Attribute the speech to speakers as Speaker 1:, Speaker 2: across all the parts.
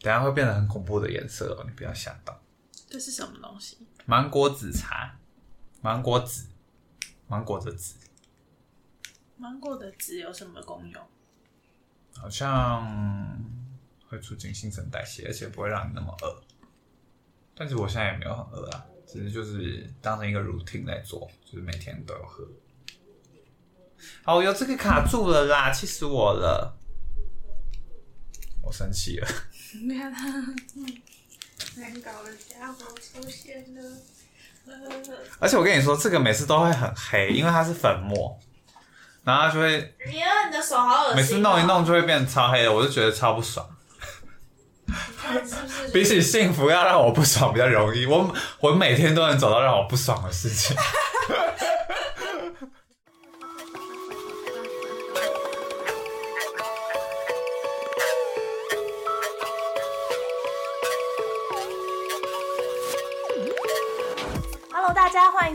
Speaker 1: 等一下会变得很恐怖的颜色哦，你不要吓到。
Speaker 2: 这是什么东西？
Speaker 1: 芒果紫茶，芒果籽，芒果的籽，
Speaker 2: 芒果的籽有什么功用？
Speaker 1: 好像会促进新陈代谢，而且不会让你那么饿。但是我现在也没有很饿啊，只是就是当成一个 routine 在做，就是每天都有喝。好，有这个卡住了啦，气死我了！我生气了，
Speaker 2: 你看他，难搞的家伙出现了。呃，
Speaker 1: 而且我跟你说，这个每次都会很黑，因为它是粉末，然后它就会
Speaker 2: 你啊，你的手好恶 心、
Speaker 1: 每次弄一，弄就会变超黑的，我就觉得超不 爽。
Speaker 2: 你看是不是？
Speaker 1: 比起幸福要让我不爽比较容易，我我每天都能找到让我不爽的事情。
Speaker 3: Hello，大家欢迎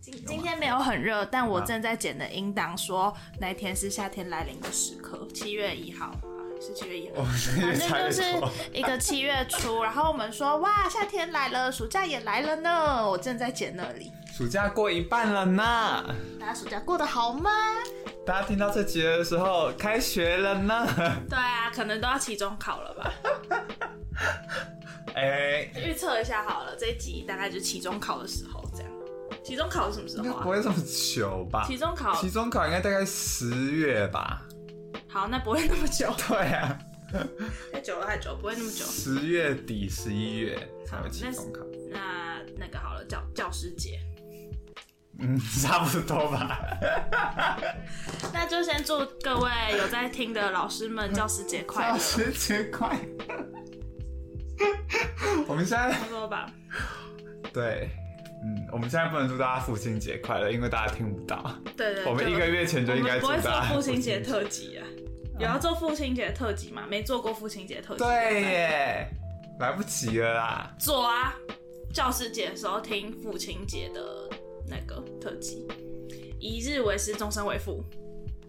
Speaker 3: 今今天没有很热，但我正在剪的音档说那一天是夏天来临的时刻，七月一号。啊是七月一
Speaker 1: 哦
Speaker 3: 号，反正就是一个七月初，然后我们说哇，夏天来了，暑假也来了呢。我正在剪那里，
Speaker 1: 暑假过一半了呢，
Speaker 3: 大家暑假过得好吗？
Speaker 1: 大家听到这集的时候，开学了呢。
Speaker 3: 对啊，可能都要期中考了吧。
Speaker 1: 哎、
Speaker 3: 预测一下好了，这一集大概就是期中考的时候这样。期中考是什么时
Speaker 1: 应该不
Speaker 3: 候啊？
Speaker 1: 会这么久吧？
Speaker 3: 期中考
Speaker 1: 期中考应该大概十月吧？
Speaker 3: 好，那不会那么久，
Speaker 1: 对啊，
Speaker 3: 太久了太久，不会那么久。
Speaker 1: 十月底十一月才有期
Speaker 3: 那
Speaker 1: 中考，
Speaker 3: 那那个好了，教教师节，
Speaker 1: 嗯， 差不多吧，
Speaker 3: 那就先祝各位有在听的老师们教师节快
Speaker 1: 教
Speaker 3: 乐，
Speaker 1: 师节快乐。我们现在
Speaker 3: 差不多吧。
Speaker 1: 对，嗯，我们现在不能祝大家父亲节快乐，因为大家听不到。
Speaker 3: 对对
Speaker 1: 我们
Speaker 3: 就
Speaker 1: 一个月前就应该
Speaker 3: 我们不
Speaker 1: 祝
Speaker 3: 会做
Speaker 1: 大家
Speaker 3: 父亲节。特辑啊，有要做父亲节特辑吗？没做过父亲节特辑，
Speaker 1: 对耶，来不及了啦。
Speaker 3: 做啊！教师节的时候听父亲节的那个特辑，一日为师，终身为父。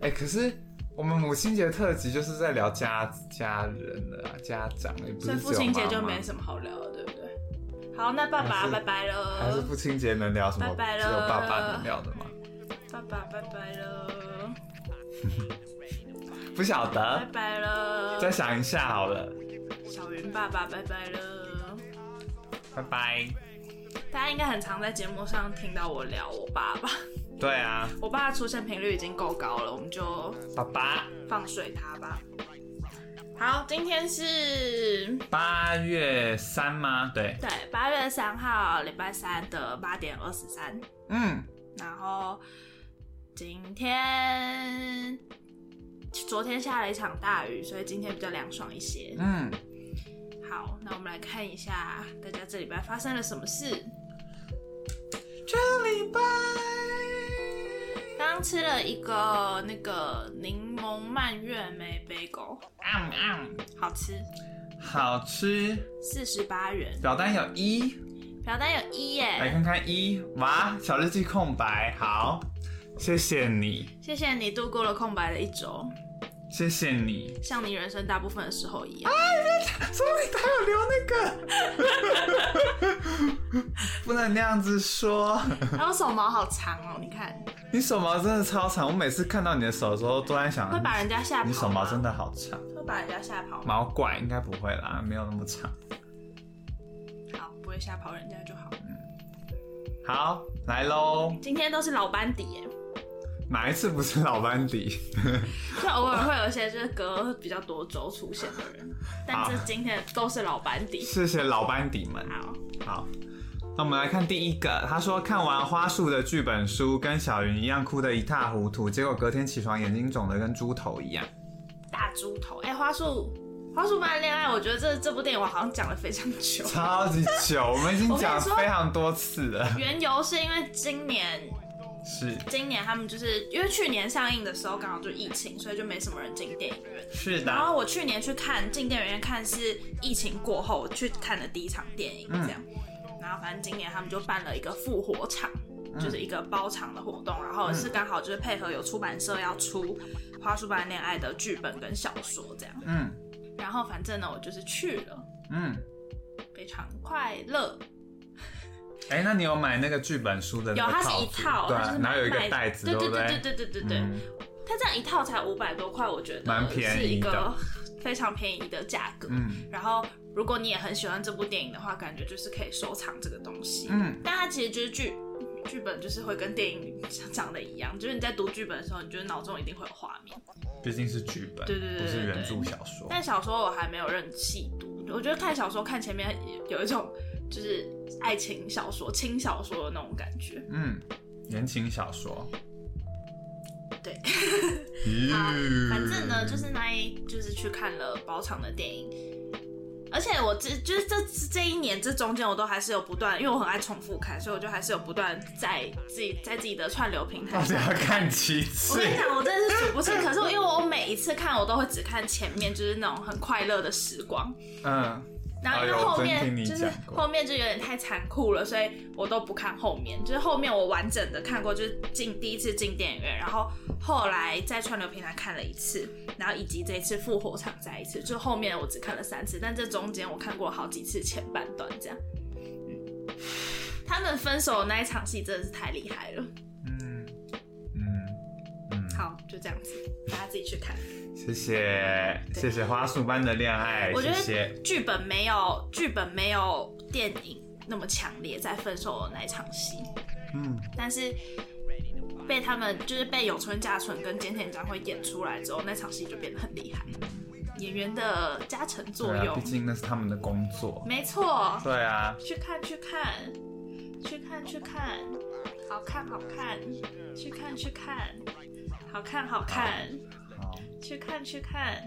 Speaker 1: 哎、可是我们母亲节特辑就是在聊家家人了啊，家长也不
Speaker 3: 所
Speaker 1: 是
Speaker 3: 以
Speaker 1: 只有
Speaker 3: 父亲节
Speaker 1: 妈
Speaker 3: 就
Speaker 1: 妈
Speaker 3: 没什么好聊了，对不对？好，那爸
Speaker 1: 还
Speaker 3: 爸
Speaker 1: 是
Speaker 3: 拜拜
Speaker 1: 还是
Speaker 3: 了，
Speaker 1: 父亲节能聊什么？
Speaker 3: 拜拜了
Speaker 1: 只有爸爸能聊的吗？
Speaker 3: 爸爸拜拜了，
Speaker 1: 不晓
Speaker 3: 拜
Speaker 1: 得，
Speaker 3: 拜了，
Speaker 1: 再想一下好了。
Speaker 3: 小云爸爸拜拜了。
Speaker 1: 拜拜。
Speaker 3: 大家应该很常在节目上听到我聊我爸 吧，
Speaker 1: 对啊，
Speaker 3: 我爸的出现频率已经够高了，我们就
Speaker 1: 爸爸。
Speaker 3: 放水他吧。好，今天是
Speaker 1: 八月三吗？对，
Speaker 3: 对八月三号礼拜三的八点二十三，
Speaker 1: 嗯，
Speaker 3: 然后今天昨天下了一场大雨，所以今天比较凉爽一些。
Speaker 1: 嗯，
Speaker 3: 好，那我们来看一下大家这礼拜发生了什么事。
Speaker 1: 这礼拜
Speaker 3: 刚刚吃了一个那个柠檬蔓越莓 bagel，
Speaker 1: 嗯嗯，
Speaker 3: 好吃，
Speaker 1: 好吃。
Speaker 3: 四十八元，
Speaker 1: 表单有一，
Speaker 3: 表单有一
Speaker 1: 来
Speaker 3: 耶，
Speaker 1: 看看一，哇，小日记空白，好，谢谢你，
Speaker 3: 谢谢你度过了空白的一周，
Speaker 1: 谢谢你。
Speaker 3: 像你人生大部分的时候一样。
Speaker 1: 所以他有留那个，不能那样子说。
Speaker 3: 然后手毛好长哦，你看
Speaker 1: 你手毛真的超长，我每次看到你的手的时候，都在想，
Speaker 3: 会把人家吓跑吗
Speaker 1: 啊你手毛真的好长，
Speaker 3: 会把人家吓跑吗？
Speaker 1: 毛怪应该不会啦，没有那么长。
Speaker 3: 好，不会吓跑人家就好。
Speaker 1: 好，来喽，
Speaker 3: 今天都是老班底耶，
Speaker 1: 哪一次不是老班底？
Speaker 3: 就偶尔会有一些就是隔比较多周出现的人，但
Speaker 1: 好
Speaker 3: 是今天都是老班底。
Speaker 1: 谢谢老班底们。
Speaker 3: 好，
Speaker 1: 好，那我们来看第一个，他说看完花束的剧本书，跟小云一样哭得一塌糊涂，结果隔天起床眼睛肿得跟猪头一样。
Speaker 3: 大猪头。哎、花束，花束般的恋爱，我觉得这这部电影我好像讲了非常久。
Speaker 1: 超级久，我们已经
Speaker 3: 我跟你
Speaker 1: 讲
Speaker 3: 说
Speaker 1: 非常多次了。
Speaker 3: 缘由是因为今年，
Speaker 1: 是
Speaker 3: 今年他们就是因为去年上映的时候刚好就疫情，所以就没什么人进电影院。
Speaker 1: 是
Speaker 3: 然
Speaker 1: 的，
Speaker 3: 后我去年去看进电影院看是疫情过后我去看的第一场电影，
Speaker 1: 嗯
Speaker 3: 这样。然后反正今年他们就办了一个复活场，
Speaker 1: 嗯
Speaker 3: 就是一个包场的活动，然后是刚好就是配合有出版社要出《花束般的恋爱》的剧本跟小说这样。
Speaker 1: 嗯
Speaker 3: 然后反正呢，我就是去了，
Speaker 1: 嗯。
Speaker 3: 非常快乐。
Speaker 1: 哎、那你有买那个剧本书的
Speaker 3: 有，
Speaker 1: 那个
Speaker 3: 它
Speaker 1: 套
Speaker 3: 是
Speaker 1: 组？
Speaker 3: 一套，
Speaker 1: 对
Speaker 3: 它
Speaker 1: 啊
Speaker 3: 是，
Speaker 1: 然后有一
Speaker 3: 买
Speaker 1: 个袋子，
Speaker 3: 对
Speaker 1: 不
Speaker 3: 对对对对对对。
Speaker 1: 嗯
Speaker 3: 它这样一套才五百多块，我觉
Speaker 1: 蛮
Speaker 3: 得
Speaker 1: 便
Speaker 3: 是一
Speaker 1: 宜的
Speaker 3: 个非常便宜的价格。
Speaker 1: 嗯
Speaker 3: 然后，如果你也很喜欢这部电影的话，感觉就是可以收藏这个东西。
Speaker 1: 嗯，
Speaker 3: 但它其实就是剧剧本，就是会跟电影长得一样，就是你在读剧本的时候，你觉得脑中一定会有画面。
Speaker 1: 毕竟是剧本，
Speaker 3: 对对对对
Speaker 1: 不是原
Speaker 3: 对
Speaker 1: 著小说。
Speaker 3: 但小说我还没有认细读，我觉得看小说看前面有一种就是爱情小说、轻小说的那种感觉。
Speaker 1: 嗯，言情小说。
Speaker 3: 对
Speaker 1: 咦。
Speaker 3: 好反
Speaker 1: 嗯
Speaker 3: 正呢，就是那一就是去看了包场的电影，而且我这就是这这一年这中间我都还是有不断，因为我很爱重复看，所以我就还是有不断在自己在自己的串流平台
Speaker 1: 到底
Speaker 3: 上。
Speaker 1: 要看几
Speaker 3: 我
Speaker 1: 次
Speaker 3: 跟？你讲，我真的是数不清。可是我因为我每一次看，我都会只看前面，就是那种很快乐的时光。
Speaker 1: 嗯，
Speaker 3: 然后
Speaker 1: 哎
Speaker 3: 因为
Speaker 1: 呦
Speaker 3: 后
Speaker 1: 真听你
Speaker 3: 面就是
Speaker 1: 讲过
Speaker 3: 后面就有点太残酷了，所以我都不看后面。就是后面我完整的看过，就是进第一次进电影院，然后后来在串流平台看了一次，然后以及这一次复活场再一次，就后面我只看了三次，但这中间我看过好几次前半段这样。嗯，他们分手的那一场戏真的是太厉害了。
Speaker 1: 嗯嗯嗯，，
Speaker 3: 好，就这样子，大家自己去看。
Speaker 1: 谢谢
Speaker 3: 对
Speaker 1: 谢谢花束般的恋爱，
Speaker 3: 我觉
Speaker 1: 谢
Speaker 3: 得
Speaker 1: 谢。
Speaker 3: 剧本没有剧本没有电影那么强烈，在分手的那一场戏，
Speaker 1: 嗯，
Speaker 3: 但是被他们就是被有村架纯跟菅田将晖演出来之后，那场戏就变得很厉害，演员的加成作
Speaker 1: 对啊，
Speaker 3: 用
Speaker 1: 毕，竟那是他们的工作。
Speaker 3: 没错，
Speaker 1: 对啊，
Speaker 3: 去看去看去看去看，好看好看，去看去看，好看好看，
Speaker 1: 好，
Speaker 3: 去看去看。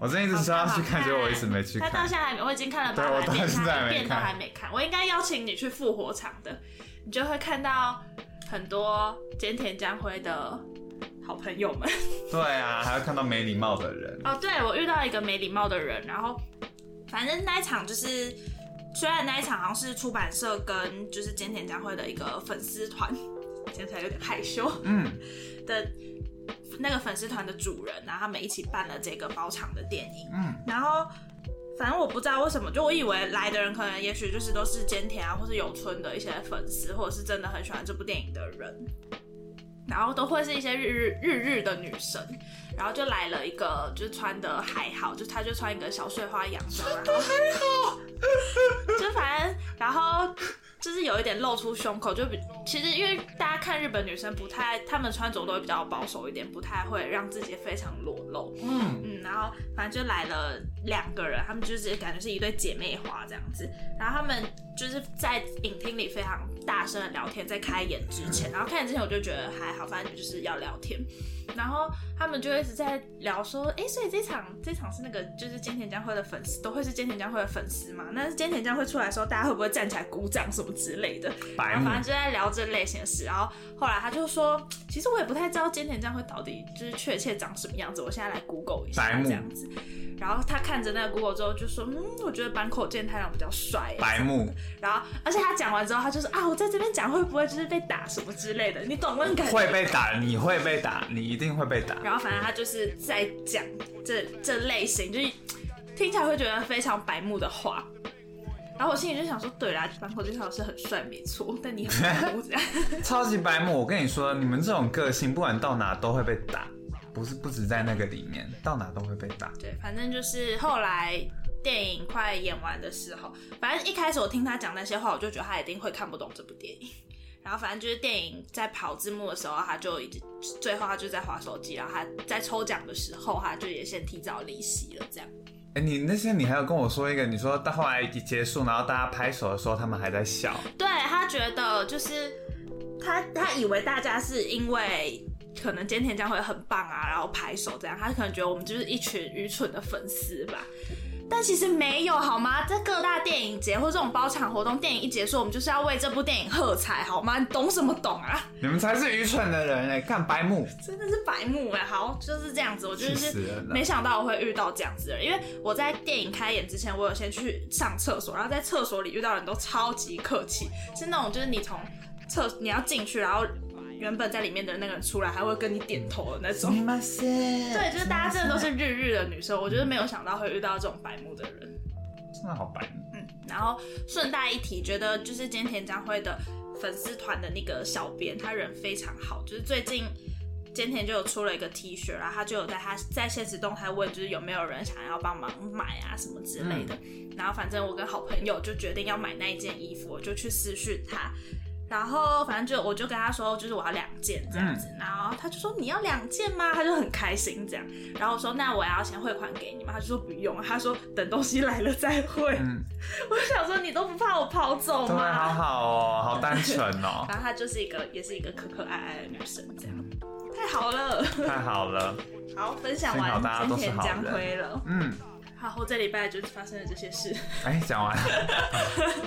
Speaker 1: 我真的一直说要去看，
Speaker 3: 好
Speaker 1: 结果我一直没去
Speaker 3: 他到
Speaker 1: 看
Speaker 3: 现。在还没，我已经看了
Speaker 1: 对
Speaker 3: 八
Speaker 1: 我
Speaker 3: 百
Speaker 1: 到
Speaker 3: 遍，
Speaker 1: 现在还
Speaker 3: 他
Speaker 1: 没
Speaker 3: 一遍都
Speaker 1: 看
Speaker 3: 还没看。我应该邀请你去复活场的，你就会看到很多菅田将晖的好朋友们。
Speaker 1: 对啊，还要看到没礼貌的人。
Speaker 3: 哦，对，我遇到一个没礼貌的人，然后反正那一场就是，虽然那一场好像是出版社跟就是菅田将晖的一个粉丝团， 讲起来有点害羞
Speaker 1: 嗯
Speaker 3: 的。那个粉丝团的主人，然后他们一起办了这个包场的电影，
Speaker 1: 嗯
Speaker 3: 然后反正我不知道为什么，就我以为来的人可能也许就是都是菅田啊，或是有村的一些粉丝，或者是真的很喜欢这部电影的人，然后都会是一些日日日日的女生，然后就来了一个就是穿的还好，就她就穿一个小碎花洋装，然后还好， 就反正然后。就是有一点露出胸口，就比其实因为大家看日本女生不太，她们穿着都会比较保守一点，不太会让自己非常裸露。
Speaker 1: 嗯，
Speaker 3: 嗯，然后反正就来了两个人，他们就是感觉是一对姐妹花这样子。然后他们就是在影厅里非常大声的聊天，在开演之
Speaker 1: 嗯
Speaker 3: 前，然后开演之前我就觉得还好，反正就是要聊天。然后他们就一直在聊说，哎，所以这场这场是那个就是菅田将晖的粉丝，都会是菅田将晖的粉丝嘛？那菅田将晖出来的时候，大家会不会站起来鼓掌什么之类的？
Speaker 1: 白
Speaker 3: 然后
Speaker 1: 目
Speaker 3: 反。正就在聊这类型的事。然后后来他就说，其实我也不太知道菅田将晖到底就是确切长什么样子，我现在来 Google 一
Speaker 1: 白
Speaker 3: 下
Speaker 1: 目
Speaker 3: 这样子。然后他看着那个 Google 之后就说，嗯，我觉得坂口健太郎比较帅。
Speaker 1: 白目，
Speaker 3: 然后而且他讲完之后，他就说啊，我在这边讲会不会就是被打什么之类的，你懂那种感觉？
Speaker 1: 会被打，你会被打，你一定会被打。
Speaker 3: 然后反正他就是在讲这这类型，就是听起来会觉得非常白目的话。然后我心里就想说，对啦，坂口健太郎是很帅没错，但你很白目这样。
Speaker 1: 超级白目，我跟你说，你们这种个性，不管到哪都会被打，不是不止在那个里面，到哪都会被打。
Speaker 3: 对，反正就是后来电影快演完的时候，反正一开始我听他讲那些话，我就觉得他一定会看不懂这部电影。然后反正就是电影在跑字幕的时候，他就已经最后他就在划手机，然后他在抽奖的时候，他就也先提早离席了，这样。
Speaker 1: 哎、你那些你还有跟我说一个，你说到后来一结束，然后大家拍手的时候，他们还在笑，
Speaker 3: 对他觉得就是他他以为大家是因为可能菅田将晖很棒啊，然后拍手这样，他可能觉得我们就是一群愚蠢的粉丝吧。但其实没有好吗？在各大电影节或这种包场活动，电影一结束，我们就是要为这部电影喝彩好吗？你懂什么懂啊？
Speaker 1: 你们才是愚蠢的人哎，干白目，
Speaker 3: 真的是白目哎、好，就是这样子。我就
Speaker 1: 气
Speaker 3: 是
Speaker 1: 死人了
Speaker 3: 没想到我会遇到这样子的人，因为我在电影开演之前，我有先去上厕所，然后在厕所里遇到的人都超级客气，是那种就是你从厕你要进去，然后原本在里面的那个人出来还会跟你点头的那种。
Speaker 1: 嗯
Speaker 3: 对，
Speaker 1: 对
Speaker 3: 就是大家真的都是日日的女生，我就是没有想到会遇到这种白目的人。
Speaker 1: 真的好白目。
Speaker 3: 嗯，然后顺带一提，觉得就是菅田将晖的粉丝团的那个小编，他人非常好，就是最近。菅田就有出了一个 T 恤，然后他就有在他在现实动态问，就是有没有人想要帮忙买啊什么之类的。然后反正我跟好朋友就决定要买那一件衣服，我就去私讯他，然后反正就我就跟他说，就是我要两件这样子，然后他就说你要两件吗？他就很开心这样，然后我说那我要先汇款给你吗？他就说不用，他说等东西来了再汇。
Speaker 1: 嗯，
Speaker 3: 我就想说，你都不怕我跑走
Speaker 1: 对， 好
Speaker 3: 吗？
Speaker 1: 好哦，好单纯哦，
Speaker 3: 然后她就是一个，也是一个可可爱爱的女生，这样太好了。
Speaker 1: 太好了。
Speaker 3: 好，分享
Speaker 1: 幸好
Speaker 3: 完
Speaker 1: 大家
Speaker 3: 今
Speaker 1: 都是
Speaker 3: 天
Speaker 1: 好
Speaker 3: 江
Speaker 1: 人
Speaker 3: 辉了。
Speaker 1: 嗯，
Speaker 3: 好，我这礼拜就是发生了这些事。
Speaker 1: 哎，讲完了，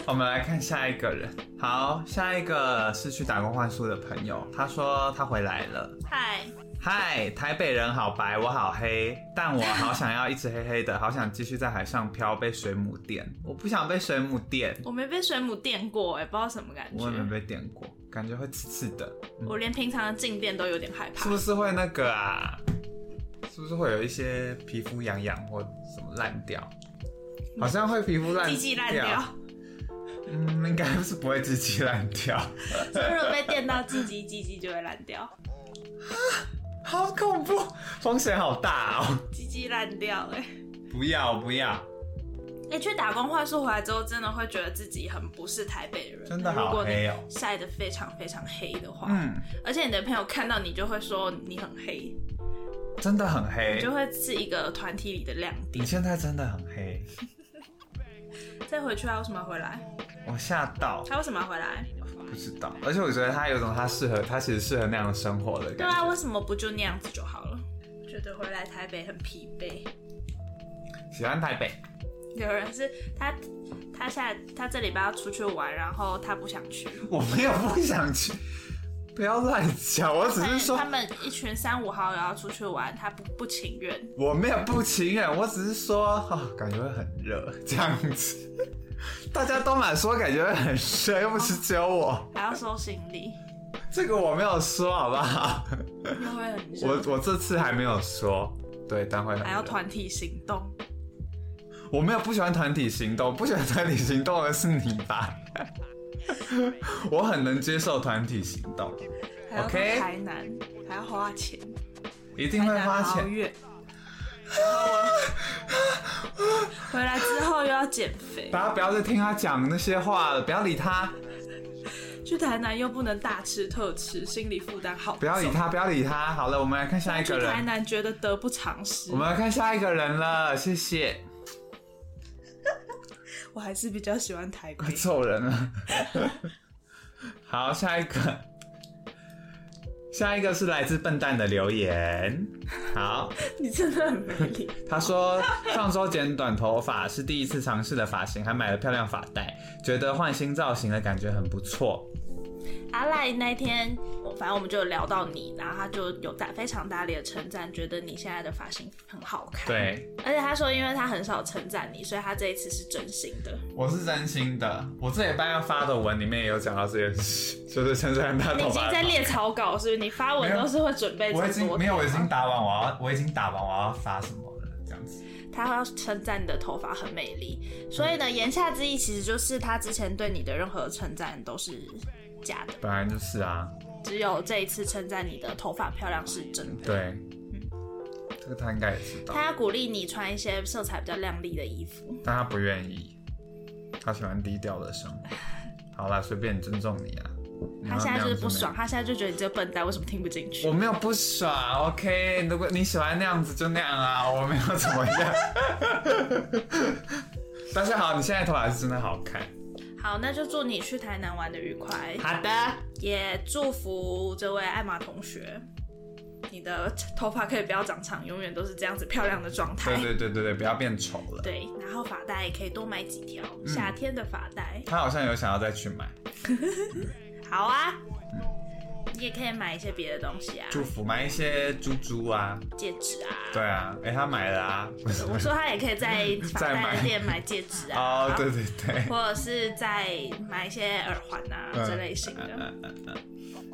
Speaker 1: 我们来看下一个人。好，下一个是去打工换宿的朋友，他说他回来了。
Speaker 3: 嗨，
Speaker 1: 嗨，台北人好白，我好黑，但我好想要一直黑黑的，好想继续在海上漂，被水母电。我不想被水母电，
Speaker 3: 我没被水母电过、哎，不知道什么感觉
Speaker 1: 我。也没被电过，感觉会刺刺的，嗯
Speaker 3: 我连平常的静电都有点害
Speaker 1: 是
Speaker 3: 怕
Speaker 1: 不。是会那个啊？是不是会有一些皮肤痒痒或什么烂掉？好像会皮肤烂
Speaker 3: 嗯鸡鸡烂掉，
Speaker 1: 嗯，应该是不会鸡鸡烂 掉，
Speaker 3: 就是如果被电到鸡鸡，鸡鸡就会烂掉，
Speaker 1: 好恐怖，风险好大哦！
Speaker 3: 鸡鸡烂掉、哎。
Speaker 1: 不要不要，
Speaker 3: 哎、去打工换宿回来之后，真的会觉得自己很不是台北人。
Speaker 1: 真的好
Speaker 3: 如果你
Speaker 1: 黑哦
Speaker 3: 晒得非常非常黑的话，
Speaker 1: 嗯，
Speaker 3: 而且你的朋友看到你就会说你很黑，
Speaker 1: 真的很黑，
Speaker 3: 就会是一个团体里的亮
Speaker 1: 你
Speaker 3: 点。
Speaker 1: 现在真的很黑，
Speaker 3: 再回去他为什么要回来？
Speaker 1: 我吓到。
Speaker 3: 他为什么要回来？
Speaker 1: 不知道，而且我觉得他有种他适合，他其实适合那样的生活的
Speaker 3: 对
Speaker 1: 感
Speaker 3: 啊，
Speaker 1: 觉。
Speaker 3: 为什么不就那样子就好了？觉得回来台北很疲惫。
Speaker 1: 喜欢台北，
Speaker 3: 有人是他，他下他这礼拜要出去玩，然后他不想去。
Speaker 1: 我没有不想去，不要乱讲，我只是说
Speaker 3: 他们一群三五好友要出去玩，他不不情愿。
Speaker 1: 我没有不情愿，我只是说啊，感觉会很热这样子。 大家都满说感觉会很热，又不是只有我，
Speaker 3: 还要收行李，
Speaker 1: 这个我没有说好不好？
Speaker 3: 又会很热
Speaker 1: 我我这次还没有说，对，但会很热
Speaker 3: 还要团体行动，
Speaker 1: 我没有不喜欢团体行动，不喜欢团体行动的是你吧？ 我很能接受团体行动，
Speaker 3: 还要到
Speaker 1: OK
Speaker 3: 台南还要花钱，
Speaker 1: 一定会花
Speaker 3: 哎台南好
Speaker 1: 钱。
Speaker 3: 远。然后我回来之后又要减肥，
Speaker 1: 大家不要再听他讲那些话了，不要理他，
Speaker 3: 去台南又不能大吃特吃，心理负担好重。
Speaker 1: 不要理他，不要理他。好了，我们来看下一
Speaker 3: 去
Speaker 1: 个
Speaker 3: 台
Speaker 1: 人，
Speaker 3: 南觉得得不偿失
Speaker 1: 我，们来看下一个人了，谢谢。
Speaker 3: 我还是比较喜欢台北
Speaker 1: 快。揍人了。 好，下一个，下一个是来自笨蛋的留言。好，
Speaker 3: 你真的很没理，
Speaker 1: 他说上周剪短头发是第一次尝试的发型，还买了漂亮发带，觉得换新造型的感觉很不错。
Speaker 3: 阿赖那天，我反正我们就有聊到你，然后他就有大非常大力的称赞，觉得你现在的发型很好看。，
Speaker 1: 对，
Speaker 3: 而且他说，因为他很少称赞你，所以他这一次是真心的。
Speaker 1: 我是真心的。我这礼拜要发的文里面也有讲到这件事，就是陈珊大
Speaker 3: 你
Speaker 1: 头
Speaker 3: 已经
Speaker 1: 发。
Speaker 3: 在列草稿是不是？你发文都是会准备这
Speaker 1: 我
Speaker 3: 么
Speaker 1: 已经
Speaker 3: 多
Speaker 1: 没有，我已经
Speaker 3: 吗
Speaker 1: 打完，我要我已经打完，我要发什么了，这样子。
Speaker 3: 他要称赞你的头发很美丽，所以呢，言下之意其实就是他之前对你的任何称赞都是假的，
Speaker 1: 本来就是啊，
Speaker 3: 只有这一次称赞你的头发漂亮是真的。
Speaker 1: 对，嗯这个他应该也知道，
Speaker 3: 他要鼓励你穿一些色彩比较亮丽的衣服。
Speaker 1: 但他不愿意，他喜欢低调的生活。 好啦，随便你尊重你啊。你要
Speaker 3: 他现在就
Speaker 1: 那
Speaker 3: 是
Speaker 1: 样子
Speaker 3: 不爽，他现在就觉得你这个笨蛋为什么听不进
Speaker 1: 没有。
Speaker 3: 去
Speaker 1: 我？没有不爽，OK。如果你喜欢那样子就那样啊，我没有怎么样。 但是好，你现在头发是真的好看。
Speaker 3: 好，那就祝你去台南玩的愉快，
Speaker 1: 好的，
Speaker 3: 也祝福这位艾玛同学。你的头发可以不要长长，永远都是这样子漂亮的状态。
Speaker 1: 对对对对对，不要变丑了。
Speaker 3: 对，然后发带也可以多买几条，
Speaker 1: 嗯
Speaker 3: 夏天的发带。
Speaker 1: 他好像有想要再去买，
Speaker 3: 好啊，你也可以买一些别的东西啊，
Speaker 1: 嗯祝福买一些珠珠啊，
Speaker 3: 戒指啊。
Speaker 1: 对啊，哎、他买了啊，
Speaker 3: 我说他也可以在 发
Speaker 1: 再
Speaker 3: 带
Speaker 1: 买
Speaker 3: 店买戒指啊，
Speaker 1: 哦，对对对，
Speaker 3: 或者是再买一些耳环啊
Speaker 1: 嗯
Speaker 3: 这类型的。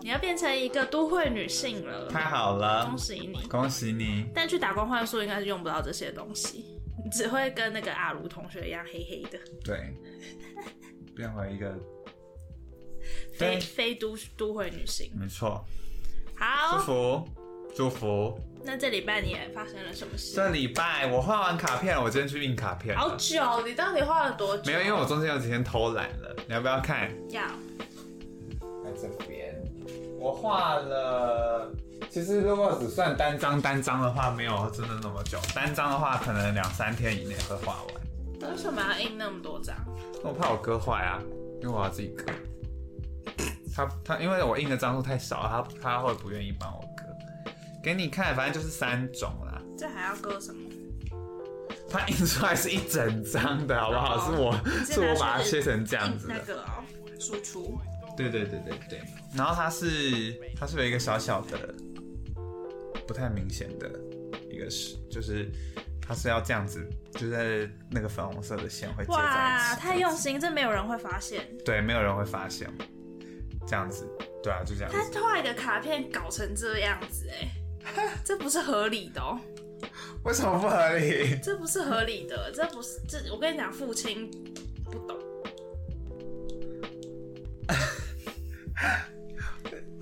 Speaker 3: 你要变成一个都会女性了，
Speaker 1: 太好了
Speaker 3: 恭，喜你！
Speaker 1: 恭喜你，
Speaker 3: 但去打工换宿应该是用不到这些东西，你只会跟那个阿如同学一样黑黑的，
Speaker 1: 对，变回一个，
Speaker 3: 非
Speaker 1: 对
Speaker 3: 非都都会女性。
Speaker 1: 没错，祝
Speaker 3: 好，
Speaker 1: 福祝福。
Speaker 3: 那这礼拜你也发生了什么事？
Speaker 1: 这礼拜我画完卡片了，我今天去印卡片了
Speaker 3: 好久，你到底花了多久？
Speaker 1: 没有，因为我中间有几天偷懒了。你要不要看？
Speaker 3: 要
Speaker 1: 在这边，我画了。其实如果只算单张单张的话，没有真的那么久。单张的话，可能两三天以内会画完。
Speaker 3: 为什么要印那么多张？
Speaker 1: 我怕我割坏啊，因为我要自己割。他他因为我印的张数太少，他他会不愿意帮我割。给你看，反正就是三种啦。
Speaker 3: 这还要割什么？
Speaker 1: 他印出来是一整张的，好不
Speaker 3: 哦
Speaker 1: 好？是我
Speaker 3: 是
Speaker 1: 是我
Speaker 3: 拿
Speaker 1: 把它
Speaker 3: 去
Speaker 1: 切成这样子
Speaker 3: 印
Speaker 1: 的
Speaker 3: 那。个哦，输出。
Speaker 1: 对对对对对。然后它是它是有一个小小的、不太明显的一个是，就是它是要这样子，就是那个粉红色的线会接在一
Speaker 3: 哇，
Speaker 1: 起。
Speaker 3: 太用心，这没有人会发现。
Speaker 1: 对，没有人会发现。这样子，对啊，就这样子
Speaker 3: 他。画的卡片搞成这样子、哎，这不是合理的哦、
Speaker 1: 为什么不合理？
Speaker 3: 这不是合理的，这不是这，我跟你讲，父亲不懂，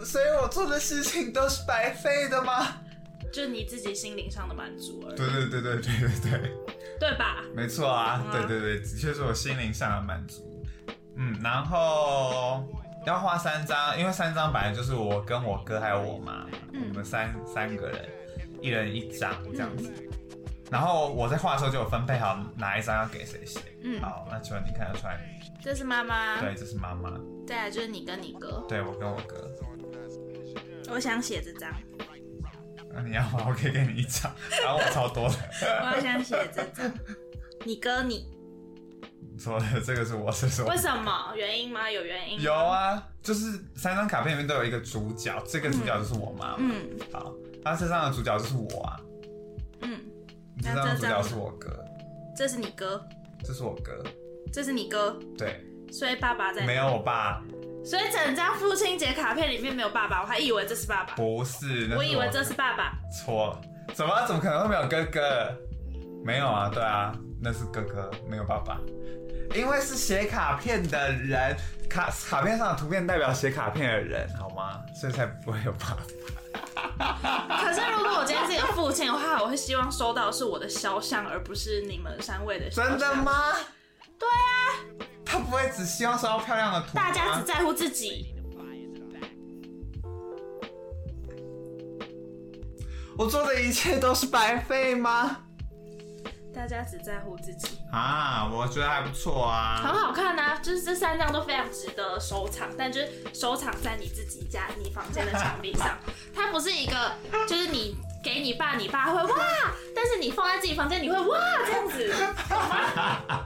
Speaker 1: 所以我做的事情都是白费的吗？
Speaker 3: 就你自己心灵上的满足而已，
Speaker 1: 对对对对对对对。
Speaker 3: 对吧？
Speaker 1: 没错啊
Speaker 3: 嗯，啊
Speaker 1: 对对对，的确是我心灵上的满足。嗯，然后要画三张，因为三张本来就是我跟我哥还有我妈，
Speaker 3: 嗯
Speaker 1: 我们三三个人，一人一张这样子。然后我在画的时候就有分配好哪一张要给谁写。
Speaker 3: 嗯啊
Speaker 1: 好，那请问你看得出来？
Speaker 3: 这是妈妈，
Speaker 1: 对，这是妈妈，
Speaker 3: 再来就是你跟你哥，
Speaker 1: 对我跟我哥。
Speaker 3: 我想写这张，
Speaker 1: 那你要吗？我可以给你一张，然后我超多的。
Speaker 3: 我想写这张，你哥你，
Speaker 1: 说的这个是我，这是我
Speaker 3: 为。什么？原因吗？有原因？
Speaker 1: 有，啊，就是三张卡片里面都有一个主角，这个主角就是我妈妈。
Speaker 3: 嗯
Speaker 1: 好，那这张的主角就是我啊，
Speaker 3: 嗯，
Speaker 1: 这张的主角是我哥，
Speaker 3: 这是你哥，
Speaker 1: 这是我哥，
Speaker 3: 这是你哥，
Speaker 1: 对，
Speaker 3: 所以爸爸在，
Speaker 1: 没有我爸，
Speaker 3: 所以整张父亲节卡片里面没有爸爸，我还以为这是爸爸，
Speaker 1: 不是，那
Speaker 3: 我以为这是爸爸。
Speaker 1: 错了，怎么怎么可能会没有哥哥？没有啊，对啊，那是哥哥，没有爸爸，因为是写卡片的人，卡卡片上的图片代表写卡片的人，好吗？所以才不会有爸爸。
Speaker 3: 可是如果我今天是你的父亲的话，我会希望收到的是我的肖像，而不是你们三位的肖像
Speaker 1: 真的？吗？
Speaker 3: 对啊，
Speaker 1: 他不会只希望收到漂亮的图吗，
Speaker 3: 大家只在乎自己。
Speaker 1: 我做的一切都是白费吗？
Speaker 3: 大家只在乎自己，
Speaker 1: 啊，我觉得还不错啊。
Speaker 3: 很好看啊！就是这三张都非常值得收藏，但就是收藏在你自己家、你房间的墙壁上。它不是一个，就是你给你爸，你爸会哇，但是你放在自己房间，你会哇这样子，懂吗？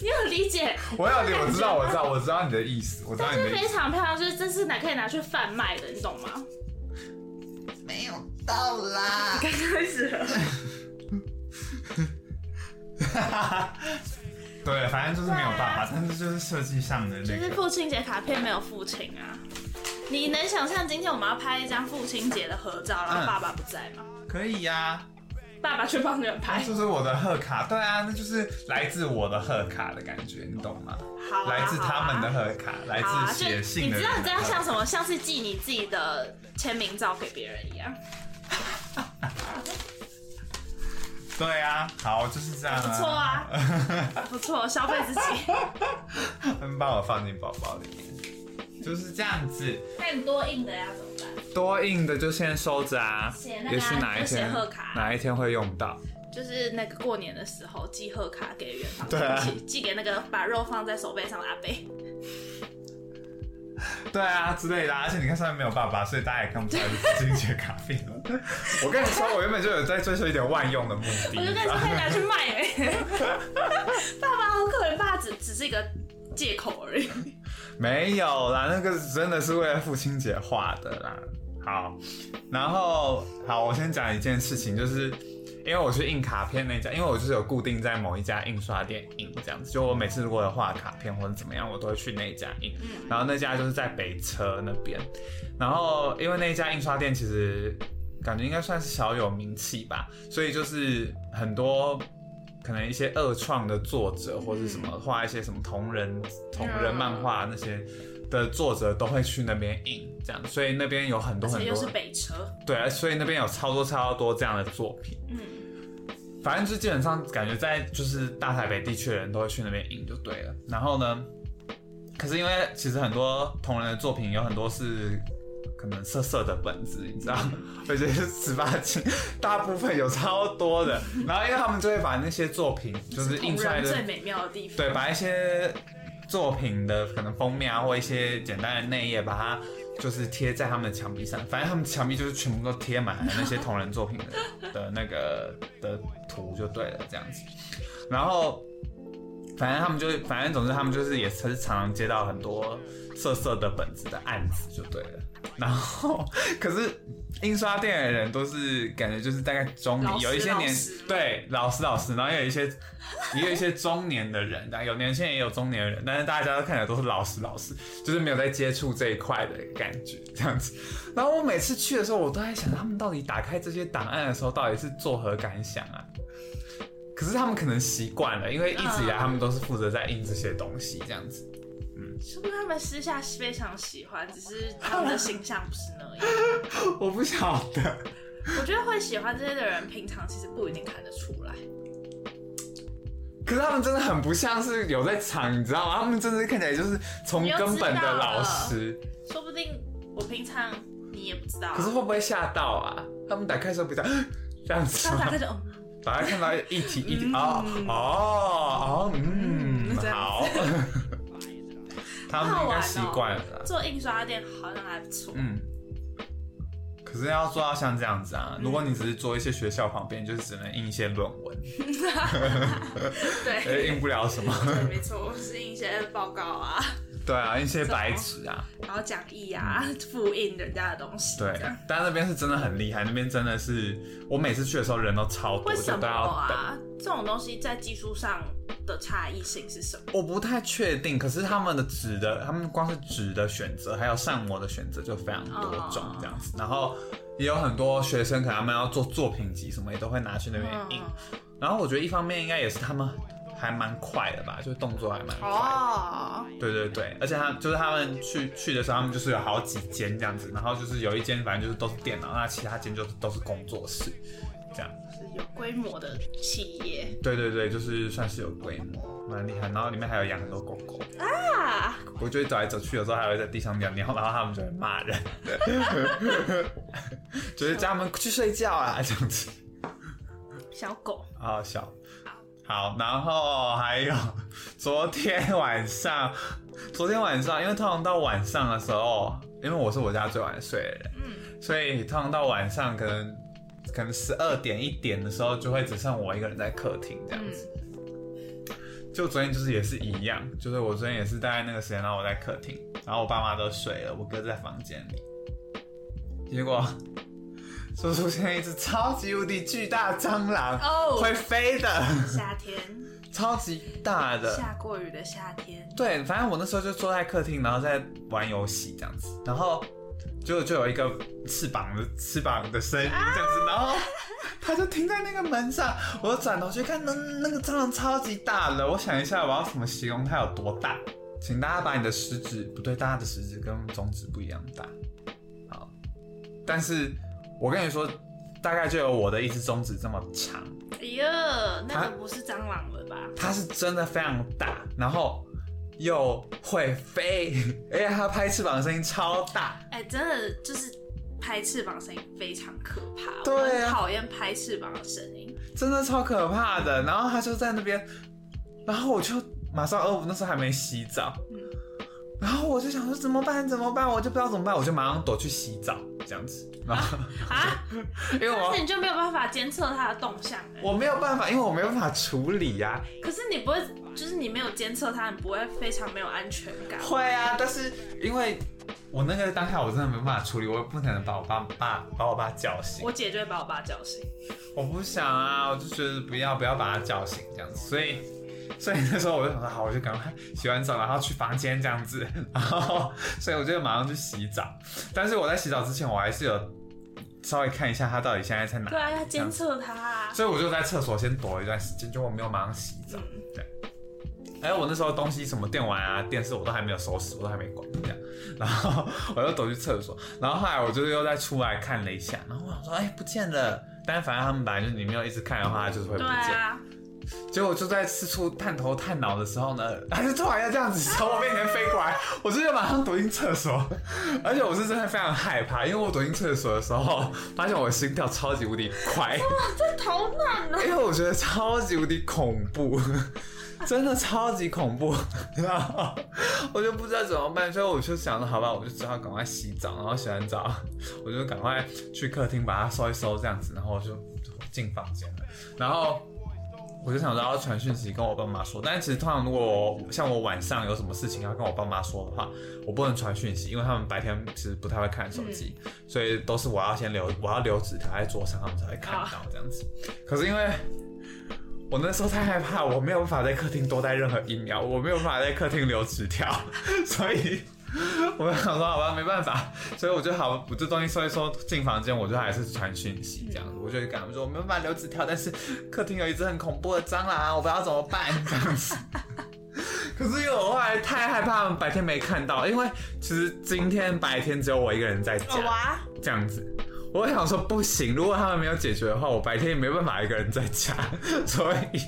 Speaker 3: 你有理解？
Speaker 1: 我有理，我知道，我知道，我知道你的意思，我知道
Speaker 3: 但
Speaker 1: 你
Speaker 3: 是
Speaker 1: 的意
Speaker 3: 非
Speaker 1: 思。
Speaker 3: 常漂亮，就是这是拿可以拿去贩卖的，你懂吗？
Speaker 1: 没有到啦。
Speaker 3: 刚开始了。
Speaker 1: 对，反正就是没有办法，但是就是设计上的
Speaker 3: 啊就
Speaker 1: 那
Speaker 3: 是
Speaker 1: 个。
Speaker 3: 父亲节卡片没有父亲啊。你能想象今天我们要拍一张父亲节的合照，然后
Speaker 1: 嗯
Speaker 3: 爸爸不哎在吗？
Speaker 1: 可以呀、
Speaker 3: 爸爸去帮你们
Speaker 1: 那
Speaker 3: 拍，
Speaker 1: 就是我的贺卡，对啊，那就是来自我的贺卡的感觉，你懂吗？
Speaker 3: 好啊，
Speaker 1: 来自他们的
Speaker 3: 好啊。
Speaker 1: 贺卡，来
Speaker 3: 好啊，
Speaker 1: 自写
Speaker 3: 就
Speaker 1: 信
Speaker 3: 你
Speaker 1: 的
Speaker 3: 知
Speaker 1: 人的贺卡。
Speaker 3: 道你这样像什么？像是寄你自己的签名照给别人一样。
Speaker 1: 对啊，好，就是这样、啊。
Speaker 3: 不错啊， 不错，消费自己。
Speaker 1: 们嗯把我放进包包里面，就是这样子。
Speaker 3: 那你多印的要怎么办？
Speaker 1: 多印的就先收着啊
Speaker 3: 写那，个啊
Speaker 1: 也许哪一天
Speaker 3: 就写贺卡
Speaker 1: 哪一天会用到。
Speaker 3: 就是那个过年的时候寄贺卡给远方
Speaker 1: 对啊
Speaker 3: 亲戚，寄给那个把肉放在手背上的阿伯。
Speaker 1: 对对啊之类的啊。而且你看上面没有爸爸，所以大家也看不出来是金姐卡片。我跟你说，我原本就有在追求一点万用的目的。
Speaker 3: 我就跟你说，可以拿去卖哎、 爸爸好可怜，爸爸只只是一个借口而已。
Speaker 1: 没有啦，那个真的是为了父亲节画的啦。好，然后好，我先讲一件事情，就是因为我去印卡片那家，因为我就是有固定在某一家印刷店印这样子，就我每次如果有画卡片或者怎么样，我都会去那一家印。然后那家就是在北车那边，然后因为那一家印刷店其实感觉应该算是小有名气吧，所以就是很多。可能一些二创的作者或是什么画一些什么同人同人漫画那些的作者都会去那边印，这样，所以那边有很多
Speaker 3: 而
Speaker 1: 很
Speaker 3: 且又是
Speaker 1: 多
Speaker 3: 北车，
Speaker 1: 对，所以那边有超多超多这样的作品。
Speaker 3: 嗯，
Speaker 1: 反正就基本上感觉在就是大台北地区的人都会去那边印就对了。然后呢，可是因为其实很多同人的作品有很多是可能色色的本子，你知道，
Speaker 3: 嗯
Speaker 1: 而且是十八禁，大部分有超多的。然后因为他们就会把那些作品就是印出来
Speaker 3: 同人
Speaker 1: 的
Speaker 3: 最美妙的地方。
Speaker 1: 对，把一些作品的可能封面啊，或一些简单的内页，把它就是贴在他们的墙壁上。反正他们墙壁就是全部都贴满了那些同人作品的 的那个的图就对了，这样子。然后，反正他们就，反正总之他们就是也是常常接到很多色色的本子的案子就对了。然后，可是印刷店的人都是感觉就是大概中
Speaker 3: 老
Speaker 1: 年，
Speaker 3: 师
Speaker 1: 有一些
Speaker 3: 老
Speaker 1: 年
Speaker 3: 师
Speaker 1: 对老师老师，然后也有一些也有一些中年的人，但有年轻人也有中年人，但是大家都看起来都是老实老实，就是没有在接触这一块的感觉这样子。然后我每次去的时候，我都在想，他们到底打开这些档案的时候，到底是作何感想啊？可是他们可能习惯了，因为一直以来他们都是负责在印这些东西这样子。
Speaker 3: 是不是他们私下非常喜欢，只是他们的形象不是那样？
Speaker 1: 我不晓得，
Speaker 3: 我觉得会喜欢这些的人，平常其实不一定看得出来。
Speaker 1: 可是他们真的很不像是有在藏，你知道吗？他们真的看起来就是从
Speaker 3: 你又
Speaker 1: 根本
Speaker 3: 知道
Speaker 1: 的老
Speaker 3: 了
Speaker 1: 师。
Speaker 3: 说不定我平常你也不知道啊。
Speaker 1: 可是会不会吓到啊？他们打开的时候比较这样子
Speaker 3: 他
Speaker 1: 吗
Speaker 3: 打？开就哦，
Speaker 1: 打开看到一体一体
Speaker 3: 嗯
Speaker 1: 哦哦哦，嗯
Speaker 3: 嗯，这样子
Speaker 1: 好，他们应该习惯了啦。
Speaker 3: 做印刷店好像还不错。
Speaker 1: 嗯，可是要做到像这样子
Speaker 3: 嗯
Speaker 1: 啊，如果你只是做一些学校旁边，就是只能印一些论文，呃，
Speaker 3: 对，
Speaker 1: 印不了什么。
Speaker 3: 对，没错，我是印一些报告啊，
Speaker 1: 对啊，印一些白纸啊，
Speaker 3: 然后讲义啊，复印人家的东西。
Speaker 1: 对
Speaker 3: 这样。
Speaker 1: 但那边是真的很厉害，那边真的是我每次去的时候人都超多，
Speaker 3: 为
Speaker 1: 就
Speaker 3: 什
Speaker 1: 都
Speaker 3: 么
Speaker 1: 要等。
Speaker 3: 啊？这种东西在技术上的差异性是什么？
Speaker 1: 我不太确定，可是他们的纸的，他们光是纸的选择，还有上模的选择就非常多种
Speaker 3: 哦
Speaker 1: 这样子。然后也有很多学生，可能他们要做作品集什么，也都会拿去那边印。然后我觉得一方面应该也是他们还蛮快的吧，就动作还蛮快。
Speaker 3: 哦，
Speaker 1: 对对对，而且他就是他们去去的时候，他们就是有好几间这样子，然后就是有一间反正就是都是电脑，那其他间就都是工作室，这样。
Speaker 3: 是有规模的企业
Speaker 1: 对对对，就是算是有规模，蛮厉害。然后里面还有养很多狗狗。
Speaker 3: 啊，
Speaker 1: 我就会走来走去，有时候还会在地上尿尿，然后他们就会骂人，就是叫他们去睡觉啊，这样子，
Speaker 3: 小狗
Speaker 1: 好好笑。啊好，然后还有昨天晚上， 昨天晚上，因为通常到晚上的时候，因为我是我家最晚睡的人，嗯，所以通常到晚上可能可能十二点一点的时候，就会只剩我一个人在客厅这样子。就昨天就是也是一样，就是我昨天也是大概那个时间，然后我在客厅，然后我爸妈都睡了，我哥在房间里，结果就出现一只超级无敌巨大的蟑螂，
Speaker 3: 哦
Speaker 1: 会飞的，
Speaker 3: 夏天
Speaker 1: 超级大的。
Speaker 3: 下过雨的夏天，
Speaker 1: 对，反正我那时候就坐在客厅，然后在玩游戏这样子，然后就就有一个翅膀的翅膀的声音这样子，
Speaker 3: 啊
Speaker 1: 然后它就停在那个门上，我转头去看，那那个蟑螂超级大的，我想一下我要怎么形容它有多大，请大家把你的食指不对，大家的食指跟中指不一样大，好，但是我跟你说，大概就有我的一只中指这么长。
Speaker 3: 哎呀，
Speaker 1: 它
Speaker 3: 那个不是蟑螂了吧？
Speaker 1: 它是真的非常大，然后又会飞， 而且它拍翅膀的声音超大。
Speaker 3: 哎、真的就是拍翅膀声音非常可怕，我
Speaker 1: 对啊
Speaker 3: 很讨厌拍翅膀的声音。
Speaker 1: 真的超可怕的。然后他就在那边，然后我就马上，哦，我那时候还没洗澡，然后我就想说怎么办？怎么办？我就不知道怎么办，我就马上躲去洗澡这样子。然后、
Speaker 3: 啊，
Speaker 1: 因为我
Speaker 3: 那你就没有办法监测它的动向、欸。
Speaker 1: 我没有办法，因为我没有办法处理呀、
Speaker 3: 可是你不会，就是你没有监测它，你不会非常没有安全感。
Speaker 1: 会啊，但是因为我那个当下我真的没办法处理，我也不能把我爸爸把我爸叫醒
Speaker 3: 我，姐就会把我爸叫醒。
Speaker 1: 我不想啊，我就觉得不要不要把他叫醒这样子，所以。 所以那时候我就想说，好，我就赶快洗完澡，然后去房间这样子，然后， 所以我就马上去洗澡。但是我在洗澡之前，我还是有稍微看一下他到底现在在哪里。
Speaker 3: 对啊，要
Speaker 1: 这样
Speaker 3: 监测它啊。
Speaker 1: 所以我就在厕所先躲一段时间，就我没有马上洗澡。
Speaker 3: 嗯
Speaker 1: 对。哎、我那时候东西什么电玩啊、电视我都还没有收拾，我都还没管这样。然后我又躲去厕所，然后后来我就又再出来看了一下，然后我想说，哎、不见了。但是反正他们本来就是你没有一直看的话，它就是会不
Speaker 3: 对
Speaker 1: 见。
Speaker 3: 啊，
Speaker 1: 结果就在四处探头探脑的时候呢， 他就突然要这样子从我面前飞过来，我直接马上躲进厕所，而且我是真的非常害怕，因为我躲进厕所的时候，发现我的心跳超级无敌快，
Speaker 3: 这头脑呢？
Speaker 1: 因为我觉得超级无敌恐怖， 真的超级恐怖， 然后我就不知道怎么办，所以我就想着，好吧，我就只好赶快洗澡，然后洗完澡，我就赶快去客厅把它收一收，这样子，然后我就进房间了，然后。我就想着要传讯息跟我爸妈说，但是其实通常如果我像我晚上有什么事情要跟我爸妈说的话，我不能传讯息，因为他们白天其实不太会看手机，所以都是我要先留，我要留纸条在桌上，他们才会看到这样子。可是因为我那时候太害怕，我没有办法在客厅多待任何一秒，我没有办法在客厅留纸条， 所以。我想说，好吧，没办法，所以我就好，我这东西收一收，进房间，我就还是传讯息这样子，我就跟他们说，我没有办法留纸条，但是客厅有一只很恐怖的蟑螂，啊我不知道怎么办 这样子。可是因为我后来太害怕，白天没看到，因为其实今天白天只有我一个人在家，
Speaker 3: 哇，
Speaker 1: 这样子。我想说不行，如果他们没有解决的话，我白天也没办法一个人在家，所以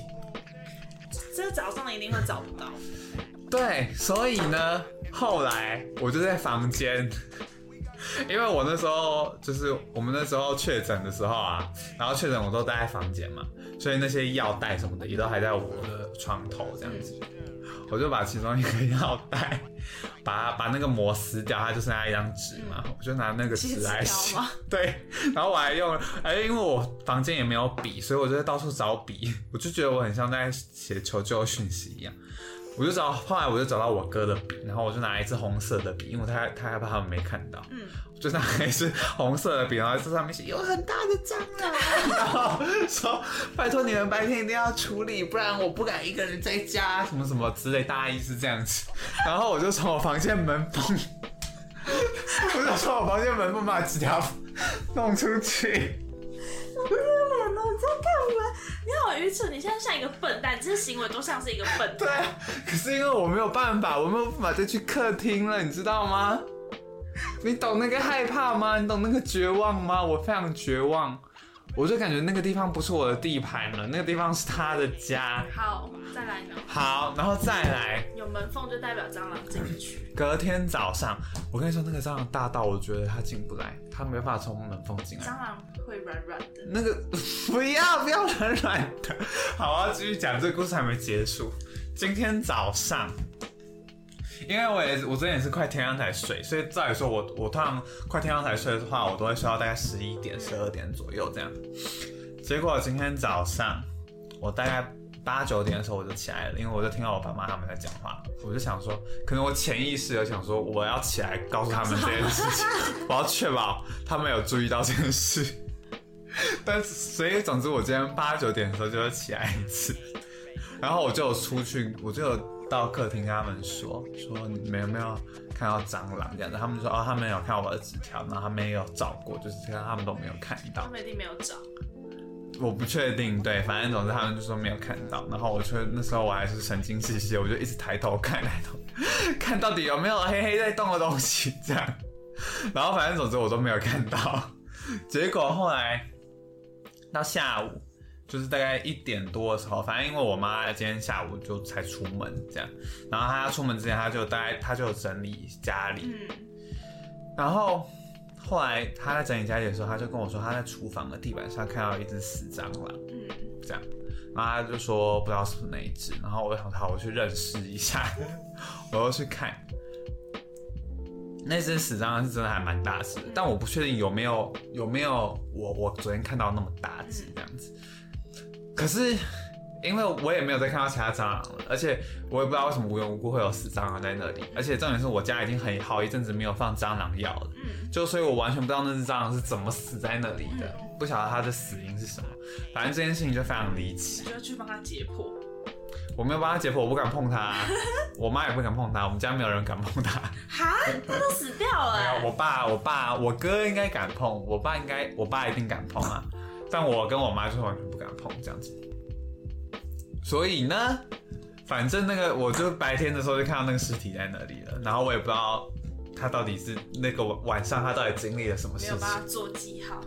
Speaker 3: 这早上一定会找不到。
Speaker 1: 对，所以呢，后来我就在房间，因为我那时候就是我们那时候确诊的时候啊，然后确诊我都待在房间嘛，所以那些药袋什么的也都还在我的床头这样子，
Speaker 3: 嗯
Speaker 1: 我就把其中一个药袋。把把那个膜撕掉，它就剩下一张纸嘛，我就拿那个
Speaker 3: 嗯其
Speaker 1: 纸
Speaker 3: 实
Speaker 1: 来
Speaker 3: 纸
Speaker 1: 写
Speaker 3: 条吗。
Speaker 1: 对，然后我还用了，哎，因为我房间也没有笔，所以我就在到处找笔，我就觉得我很像在写求救讯息一样。我就找，后来我就找到我哥的笔，然后我就拿一支红色的笔，因为我太太害怕他们没看到，
Speaker 3: 嗯，
Speaker 1: 我就拿一支红色的笔，然后在上面写有很大的蟑螂， 然后说拜托你们白天一定要处理，不然我不敢一个人在家，什么什么之类，大意是这样子。 然后我就从我房间门缝， 我就从我房间门缝把纸条弄出去。
Speaker 3: 天哪，你在干嘛？你好愚蠢！你现在像一个笨蛋，你这些行为都像是一个笨
Speaker 1: 对
Speaker 3: 蛋。
Speaker 1: 啊，可是因为我没有办法，我没有办法再去客厅了，你知道吗？你懂那个害怕吗？你懂那个绝望吗？我非常绝望，我就感觉那个地方不是我的地盘了，那个地方是他的家。
Speaker 3: 好，再来呢？
Speaker 1: 好，然后再来，
Speaker 3: 有门缝就代表蟑螂进不去。
Speaker 1: 隔天早上，我跟你说那个蟑螂大到我觉得它进不来，它没办法从门缝进来
Speaker 3: 蟑。螂会软软的，
Speaker 1: 那个 不要不要软软的。好，我要继续讲这个故事还没结束。今天早上，因为我也是我昨天也是快天亮才睡，所以照理说我我通常快天亮才睡的话，我都会睡到大概十一点十二点左右这样。结果今天早上我大概八九点的时候我就起来了，因为我就听到我爸妈他们在讲话，我就想说，可能我潜意识有想说我要起来告诉他们这件事情，我要确保他们有注意到这件事。 但是所以总之我今天八九点的时候就会起来一次，然后我就有出去，我就有到客厅跟他们说说你们有没有看到蟑螂这样子，他们就说哦他们有看我的纸条，然后他们也有照过，就是这样他们都没有看到
Speaker 3: 他。们一定没有找。
Speaker 1: 我不确定，对，反正总之他们就说没有看到，然后我却那时候我还是神经兮兮，我就一直抬头看，抬头 看到底有没有黑黑在动的东西，这样，然后反正总之我都没有看到，结果后来到下午。就是大概一点多的时候，反正因为我妈今天下午就才出门这样，然后她要出门之前，她就大概她就整理家里，
Speaker 3: 嗯，
Speaker 1: 然后后来她在整理家里的时候，她就跟我说她在厨房的地板上看到一只死蟑螂，
Speaker 3: 嗯，
Speaker 1: 这样，然后他就说 不知道是不是那一只，然后我就想好，我去认识一下，我又去看，那只屎蟑螂是真的还蛮大只的，但我不确定有没有有没有我我昨天看到那么大只这样子。可是因为我也没有再看到其他蟑螂了，而且我也不知道为什么无缘无故会有死蟑螂在那里，而且重点是我家已经很好一阵子没有放蟑螂药了，就所以我完全不知道那只蟑螂是怎么死在那里的，不晓得它的死因是什么。反正这件事情就非常离奇
Speaker 3: 你，就去帮他解剖。
Speaker 1: 我没有帮它解剖，我不敢碰 它，我妈也不敢碰它，我们家没有人敢碰它。
Speaker 3: 哈，他啊都死掉了、
Speaker 1: 没
Speaker 3: 欸。
Speaker 1: 有，我爸、我爸、我哥应该敢碰，我爸应该，我爸一定敢碰啊。但我跟我妈就是完全不敢碰这样子。所以呢，反正那个我就白天的时候就看到那个尸体在那里了，然后我也不知道他到底是那个晚上他到底经历了什么
Speaker 3: 没
Speaker 1: 事
Speaker 3: 有
Speaker 1: 情
Speaker 3: 帮，他做记号，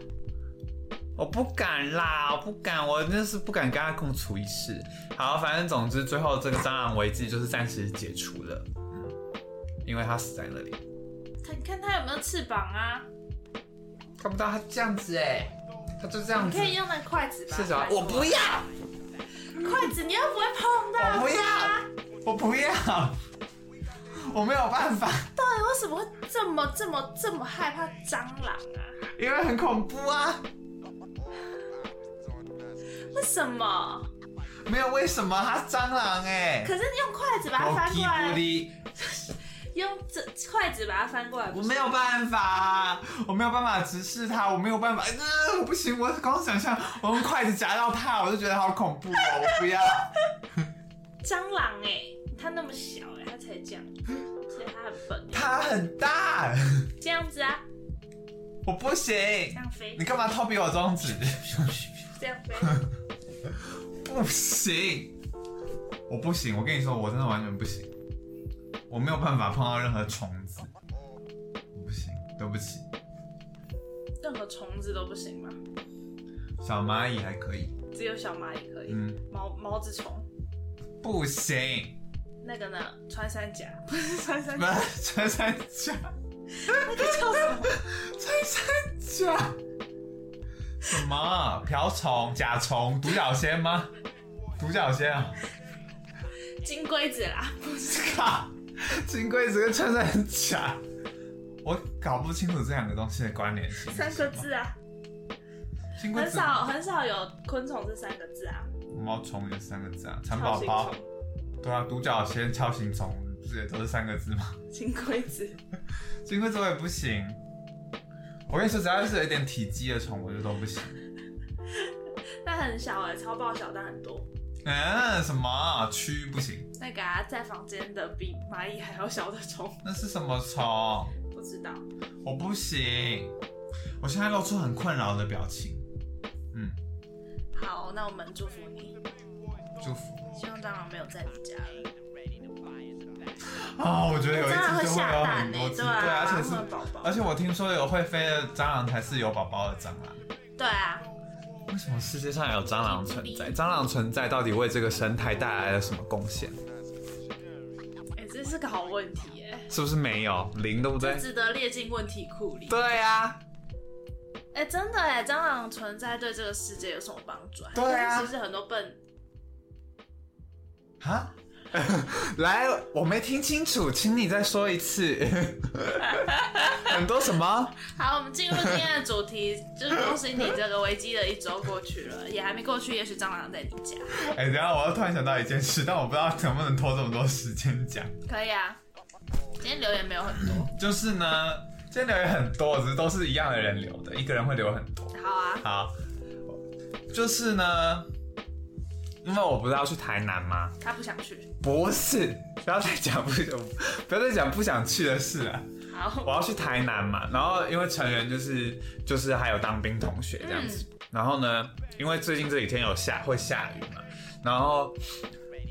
Speaker 1: 我不敢啦，我不敢，我真的是不敢跟他共处一室。好，反正总之最后这个蟑螂危机就是暂时解除了，嗯，因为他死在那里，
Speaker 3: 看看他有没有翅膀啊？
Speaker 1: 看不到他这样子哎、他就这样
Speaker 3: 你
Speaker 1: 子。
Speaker 3: 可以用那筷子吧。
Speaker 1: 是什么？我不要，
Speaker 3: 筷子，你又不会碰到
Speaker 1: 我
Speaker 3: 它。
Speaker 1: 不要我不要，我没有办法，
Speaker 3: 到底为什么会这么这么这么害怕蟑螂啊？
Speaker 1: 因为很恐怖啊。
Speaker 3: 为什么？
Speaker 1: 没有为什么，它是蟑螂哎、
Speaker 3: 可是用筷子把它翻过
Speaker 1: 我屁股
Speaker 3: 来，
Speaker 1: 里
Speaker 3: 用这筷子把它翻过来，
Speaker 1: 我没有办法，我没有办法直视它，我没有办法，呃，我不行，我光想象我用筷子夹到它，我就觉得好恐怖哦，我不要。
Speaker 3: 蟑螂哎、它那么小哎、它才这样，所以它很笨、欸。
Speaker 1: 它很大，
Speaker 3: 这样子啊，
Speaker 1: 我不行。
Speaker 3: 这样飞
Speaker 1: 你，干嘛偷比我中指？
Speaker 3: 这样飞，
Speaker 1: 不行，我不行，我跟你说，我真的完全不行，我没有办法碰到任何虫子，我不行，对不起，
Speaker 3: 任何虫子都不行吗？
Speaker 1: 小蚂蚁还可以，
Speaker 3: 只有小蚂蚁可以。
Speaker 1: 嗯，
Speaker 3: 毛毛子虫
Speaker 1: 不行，
Speaker 3: 那个呢？穿山甲不是穿山
Speaker 1: 不
Speaker 3: 甲，
Speaker 1: 是穿山甲，
Speaker 3: 那个叫什么？
Speaker 1: 穿山甲，什么瓢虫、甲虫、独角仙吗？独角仙啊，
Speaker 3: 金龟子啦，不是
Speaker 1: 靠，金龟子跟穿山甲，我搞不清楚这两个东西的关联性。
Speaker 3: 三个，字啊，
Speaker 1: 金龟
Speaker 3: 很
Speaker 1: 子
Speaker 3: 少很少有昆虫这三个字啊。
Speaker 1: 毛虫也是三个字啊，蚕
Speaker 3: 超
Speaker 1: 宝
Speaker 3: 形
Speaker 1: 宝
Speaker 3: 虫。
Speaker 1: 对啊，独角仙、锹形虫不是也都是三个字吗？
Speaker 3: 金龟子，
Speaker 1: 金龟子我也不行。我跟你说，只要是有一点体积的虫，我就都不行。
Speaker 3: 那很小哎、超爆小但很多。
Speaker 1: 嗯，什么啊蛆不行？
Speaker 3: 那个、啊、在房间的比蚂蚁还要小的虫，
Speaker 1: 那是什么虫？
Speaker 3: 不知道。
Speaker 1: 我不行。我现在露出很困扰的表情。嗯，
Speaker 3: 好，那我们祝福你，
Speaker 1: 祝福
Speaker 3: 希望蟑螂没有在你家了。
Speaker 1: 啊！我觉得有一
Speaker 3: 蟑螂
Speaker 1: 次
Speaker 3: 会
Speaker 1: 就会
Speaker 3: 下
Speaker 1: 有
Speaker 3: 蛋
Speaker 1: 很
Speaker 3: 呢、
Speaker 1: 多只，
Speaker 3: 对
Speaker 1: 对啊，
Speaker 3: 啊，
Speaker 1: 而且
Speaker 3: 然后会有
Speaker 1: 是
Speaker 3: 宝宝
Speaker 1: 而，且我听说有会飞的蟑螂才是有宝宝的蟑螂。
Speaker 3: 对啊，
Speaker 1: 为什么世界上有蟑螂存 在？蟑螂存在到底为这个生态带来了什么贡献？
Speaker 3: 哎、这是个好问题哎、
Speaker 1: 是不是没有零，对不对
Speaker 3: 这？值得列进问题库里。
Speaker 1: 对啊呀、
Speaker 3: 哎、真的哎、蟑螂存在对这个世界有什么帮助啊？
Speaker 1: 对啊
Speaker 3: 但是其实很多笨，
Speaker 1: 啊， 来，我没听清楚，请你再说一次。 很多什么？
Speaker 3: 好，我们进入今天的主题，就是恭喜你这个危机的一周过去了，也还没过去，也许蟑螂在你家。
Speaker 1: 哎、等一下，我又突然想到一件事，但我不知道能不能拖这么多时间讲。
Speaker 3: 可以啊，今天留言没有很多。
Speaker 1: 就是呢，今天留言很多，只是都是一样的人留的，一个人会留很多。
Speaker 3: 好啊，
Speaker 1: 好，就是呢，因为我不是要去台南吗？
Speaker 3: 他不想去。
Speaker 1: 不是，不要再讲不想，不要再讲不想去的事了。
Speaker 3: 好，
Speaker 1: 我要去台南嘛，然后因为成员就是就是还有当兵同学这样子，然后呢，因为最近这几天有下会下雨嘛，然后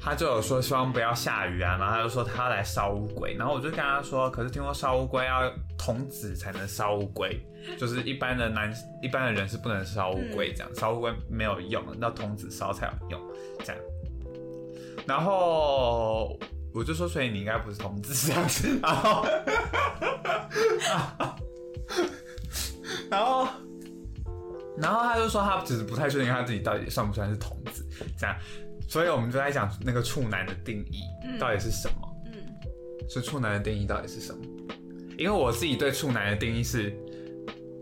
Speaker 1: 他就有说希望不要下雨啊，然后他就说他要来烧乌龟，然后我就跟他说，可是听说烧乌龟要童子才能烧乌龟，就是一般的男一般的人是不能烧乌龟这样，烧乌龟没有用，要童子烧才有用这样，然后。我就说，所以你应该不是同志这样子，然后然后，然后他就说他只是不太确定他自己到底算不算是同志，这样，所以我们就在讲那个处男的定义
Speaker 3: 嗯
Speaker 1: 到底是什么，
Speaker 3: 嗯，
Speaker 1: 是处男的定义到底是什么？因为我自己对处男的定义是，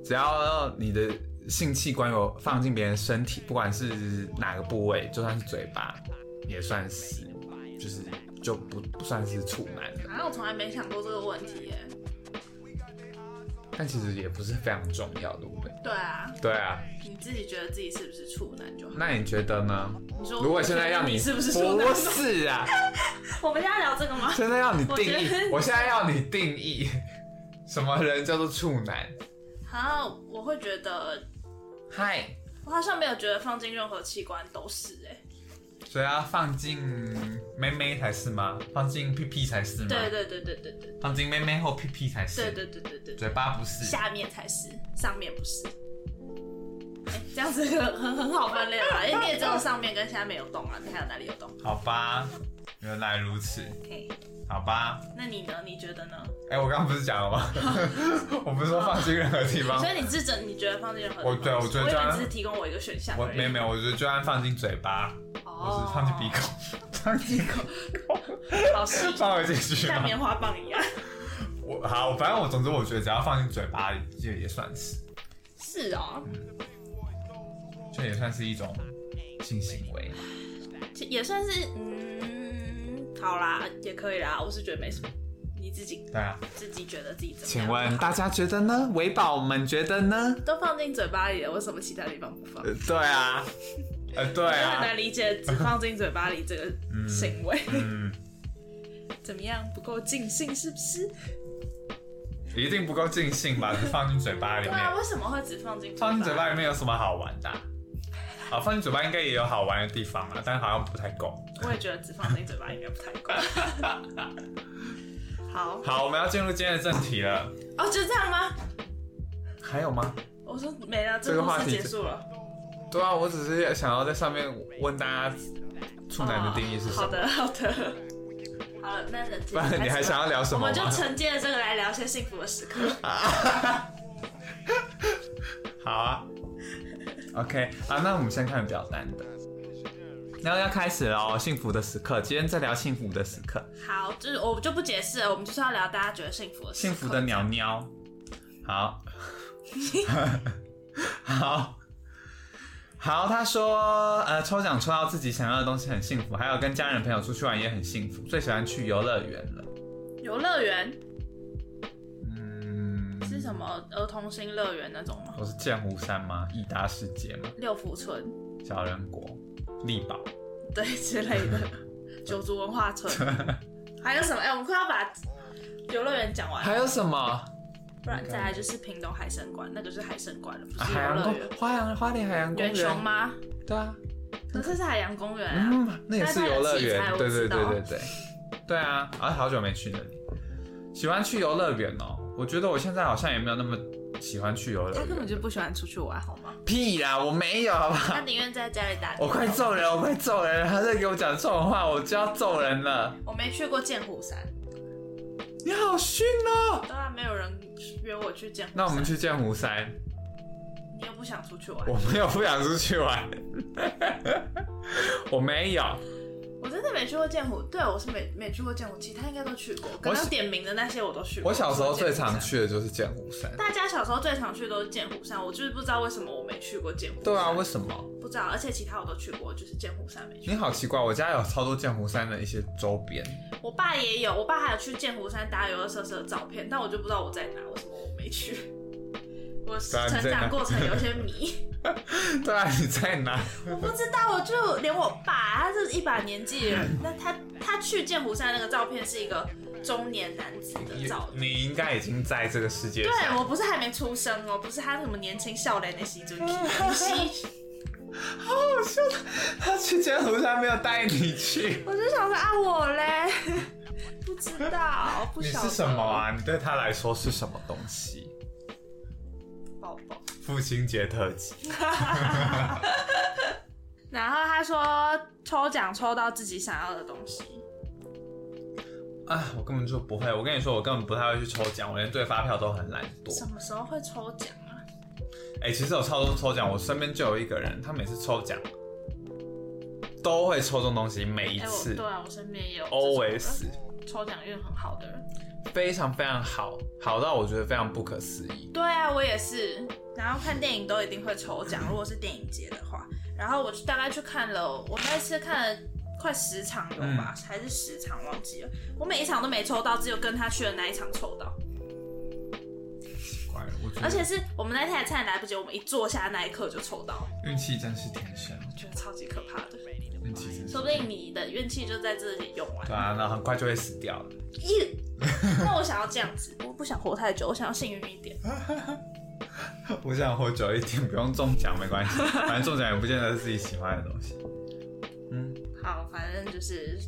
Speaker 1: 只要你的性器官有放进别人身体，不管是哪个部位，就算是嘴巴，也算是，就是就不不算是处男了。
Speaker 3: 啊，我从来没想过这个问题耶。
Speaker 1: 但其实也不是非常重要，对不对？
Speaker 3: 对啊，
Speaker 1: 对啊，
Speaker 3: 你自己觉得自己是不是处男就好。
Speaker 1: 那你觉得呢？
Speaker 3: 你说，
Speaker 1: 如果现在让
Speaker 3: 你是不是处
Speaker 1: 不
Speaker 3: 男？
Speaker 1: 是啊，
Speaker 3: 我们现在聊这个吗？
Speaker 1: 现在要你定
Speaker 3: 我觉
Speaker 1: 义，
Speaker 3: 得
Speaker 1: 我现在要你定义什么人叫做处男？
Speaker 3: 啊，我会觉得，
Speaker 1: 嗨，
Speaker 3: 我好像没有觉得放进任何器官都是哎、
Speaker 1: 所以要放进妹妹才是吗？放进屁屁才是吗？
Speaker 3: 对对对对对对
Speaker 1: 放进妹妹后屁屁才是。
Speaker 3: 对对对对对对，
Speaker 1: 嘴巴不是。
Speaker 3: 下面才是，上面不是。哎这样子很很很好分类了，因为你也只有上面跟下面有洞啊，你还有哪里有洞
Speaker 1: 好吧，原来如此。
Speaker 3: ？OK，
Speaker 1: 好吧，
Speaker 3: 那你呢？你觉得呢？
Speaker 1: 哎、我刚刚不是讲了吗？ 我不是说放进任何地方
Speaker 3: 所，以你是真你觉得放进任何地
Speaker 1: 我
Speaker 3: 方
Speaker 1: 对
Speaker 3: 都
Speaker 1: 我
Speaker 3: 是
Speaker 1: 觉得
Speaker 3: 我以
Speaker 1: 这
Speaker 3: 为
Speaker 1: 样
Speaker 3: 你只是提供我一个选项
Speaker 1: 我
Speaker 3: 而已。
Speaker 1: 没有没有，我觉得就算放进嘴巴，我
Speaker 3: 哦，
Speaker 1: 是放进鼻孔，放进鼻孔，
Speaker 3: 好细，
Speaker 1: 放得进去
Speaker 3: 像
Speaker 1: 吗？
Speaker 3: 棉花棒一样。
Speaker 1: 我好，反正我总之我觉得只要放进嘴巴里，就也算是，
Speaker 3: 是哦，
Speaker 1: 就也算是一种性行为。
Speaker 3: 其也算是嗯，好啦，也可以啦，我是觉得没什么。你自己
Speaker 1: 对啊，
Speaker 3: 自己觉得自己怎么样？
Speaker 1: 请问大家觉得呢？维宝们觉得呢？
Speaker 3: 都放进嘴巴里了，为什么其他地方不放？
Speaker 1: 呃，对啊，呃，对
Speaker 3: 我很
Speaker 1: 啊
Speaker 3: 难，理解只放进嘴巴里这个行为，
Speaker 1: 嗯，
Speaker 3: 怎么样不够尽兴是不是？
Speaker 1: 一定不够尽兴吧？就放进嘴巴里
Speaker 3: 对
Speaker 1: 面，
Speaker 3: 啊，为什么会只放进
Speaker 1: 放进嘴巴
Speaker 3: 巴？
Speaker 1: 里面有什么好玩的啊？啊，放进嘴巴应该也有好玩的地方啊，但好像不太够。
Speaker 3: 我也觉得只放进嘴巴应该不太 够。好，
Speaker 1: 好，我们要进入今天的正题了。
Speaker 3: 哦，就这样吗？
Speaker 1: 还有吗？
Speaker 3: 我说没了，
Speaker 1: 这
Speaker 3: 这
Speaker 1: 个
Speaker 3: 故
Speaker 1: 话
Speaker 3: 事
Speaker 1: 题
Speaker 3: 结
Speaker 1: 就
Speaker 3: 束了。
Speaker 1: 对啊，我只是想要在上面问大家，处男的定 义是
Speaker 3: 哦
Speaker 1: 什
Speaker 3: 好
Speaker 1: 么？
Speaker 3: 的，好的。好了，那
Speaker 1: 不然你还想要聊什
Speaker 3: 我
Speaker 1: 么
Speaker 3: 们
Speaker 1: 吗
Speaker 3: 就？承接着这个来聊一些幸福的时 刻。
Speaker 1: 好啊。OK 啊，那我们先看表单的。然后要开始喽，幸福的时刻，今天在聊幸福的时刻。
Speaker 3: 好，就是我就不解释了，我们就是要聊大家觉得幸福的时刻
Speaker 1: 幸福的鸟鸟。好， 好，好。他说，呃，抽奖抽到自己想要的东西很幸福，还有跟家人朋友出去玩也很幸福，最喜欢去游乐园了。
Speaker 3: 游乐园
Speaker 1: 嗯，
Speaker 3: 是什么？儿童新乐园那种吗？
Speaker 1: 我是剑湖山吗？益达世界吗？
Speaker 3: 六福村
Speaker 1: 小人国、力宝。
Speaker 3: 对之类 的，九族文化村，还有什么？哎、我们快要把游乐园讲完了，
Speaker 1: 还有什么？
Speaker 3: 不然再来就是屏东海参馆，那个是海参馆了，不
Speaker 1: 啊
Speaker 3: 是游
Speaker 1: 海洋
Speaker 3: 乐
Speaker 1: 公
Speaker 3: 园。
Speaker 1: 花洋花莲海洋公
Speaker 3: 远雄
Speaker 1: 园？
Speaker 3: 吗？
Speaker 1: 对啊，
Speaker 3: 可是是海洋公园啊。
Speaker 1: 嗯，那也是游乐园
Speaker 3: 那它，有
Speaker 1: 对
Speaker 3: 器材
Speaker 1: 对对
Speaker 3: 我
Speaker 1: 对
Speaker 3: 知
Speaker 1: 对，对啊，啊，好久没去那里，喜欢去游乐园哦。我觉得我现在好像也没有那么喜欢去游乐
Speaker 3: 他
Speaker 1: 园。
Speaker 3: 根本就不喜欢出去玩，好吗？
Speaker 1: 屁啦，我没有，好不好
Speaker 3: 他？宁愿在家里打。
Speaker 1: 我快！揍人，我快揍人！他在给我讲这种话，我就要揍人了。
Speaker 3: 我没去过剑湖山，
Speaker 1: 你好逊哦！
Speaker 3: 当然没有人约我去剑湖山。
Speaker 1: 那我们，去剑湖山，
Speaker 3: 你又不想出去玩。
Speaker 1: 我没有不想出去玩， 我没有。
Speaker 3: 我真的没去过剑湖，对我是没没去过剑湖，其他应该都去过。刚刚点名的那些我都去过。
Speaker 1: 我小时候最常
Speaker 3: 去。
Speaker 1: 去的就是剑湖山。
Speaker 3: 大家小时候最常去都是剑湖山，我就是不知道为什么我没去过剑湖山。
Speaker 1: 对啊，为什么？
Speaker 3: 不知道，而且其他我都去过，就是剑湖山没去
Speaker 1: 你。好奇怪，我家有超多剑湖山的一些周边。
Speaker 3: 我爸也有，我爸还有去剑湖山打游乐设施的照片，但我就不知道我在哪，为什么我没去。我
Speaker 1: 啊你在哪
Speaker 3: 成长过程有些迷，
Speaker 1: 对啊，你在哪？
Speaker 3: 我 不知道，我就连我爸，他是一把年纪的人，那他他去剑湖山那个照片是一个中年男子的照片。
Speaker 1: 你应该已经在这个世界
Speaker 3: 对，啊
Speaker 1: 上。
Speaker 3: 我不是还没出生哦，不是他什么年轻笑脸的时阵去，是
Speaker 1: 他去剑湖山没有带你去，
Speaker 3: 我就想说啊，我嘞， 不知道，不
Speaker 1: 你
Speaker 3: 晓得
Speaker 1: 是什么啊？你对他来说是什么东西？
Speaker 3: 宝宝。
Speaker 1: 父亲节特辑，
Speaker 3: 然后他说抽奖抽到自己想要的东西，
Speaker 1: 啊，我根本就不会。我跟你说，我根本不太会去抽奖，我连对发票都很懒
Speaker 3: 什
Speaker 1: 惰。
Speaker 3: 么时候会抽奖啊？
Speaker 1: 哎、其实有超多抽奖，我身边就有一个人，他每次抽奖都会抽中东西，每一
Speaker 3: 哎、
Speaker 1: 次
Speaker 3: 我对啊，我身边也有这种
Speaker 1: always。
Speaker 3: 抽奖运很好的人。
Speaker 4: 非常非常好，好到我觉得非常不可思议。
Speaker 3: 对啊，我也是。然后看电影都一定会抽 奖，如果是电影节的话。然后我就大概去看了，我那次看了快十场有吧，
Speaker 1: 嗯
Speaker 3: 还是十场忘记了。我每一场都没抽到，只有跟他去的那一场抽到。
Speaker 1: 奇怪了，我觉得
Speaker 3: 而且是我们那天还差点来不及，我们一坐下那一刻就抽到，
Speaker 1: 运气真是天生，
Speaker 3: 我觉得超级可怕的。
Speaker 1: 运气真是。
Speaker 3: 说不定你的运气就在这里用完
Speaker 1: 对。啊，那很快就会死掉了。
Speaker 3: 一，那我想要这样子，我不想活太久，我想要幸运一点。
Speaker 1: 我想活久一点，不用中奖没关系，反正中奖也不见得是自己喜欢的东西。嗯，
Speaker 3: 好，反正就是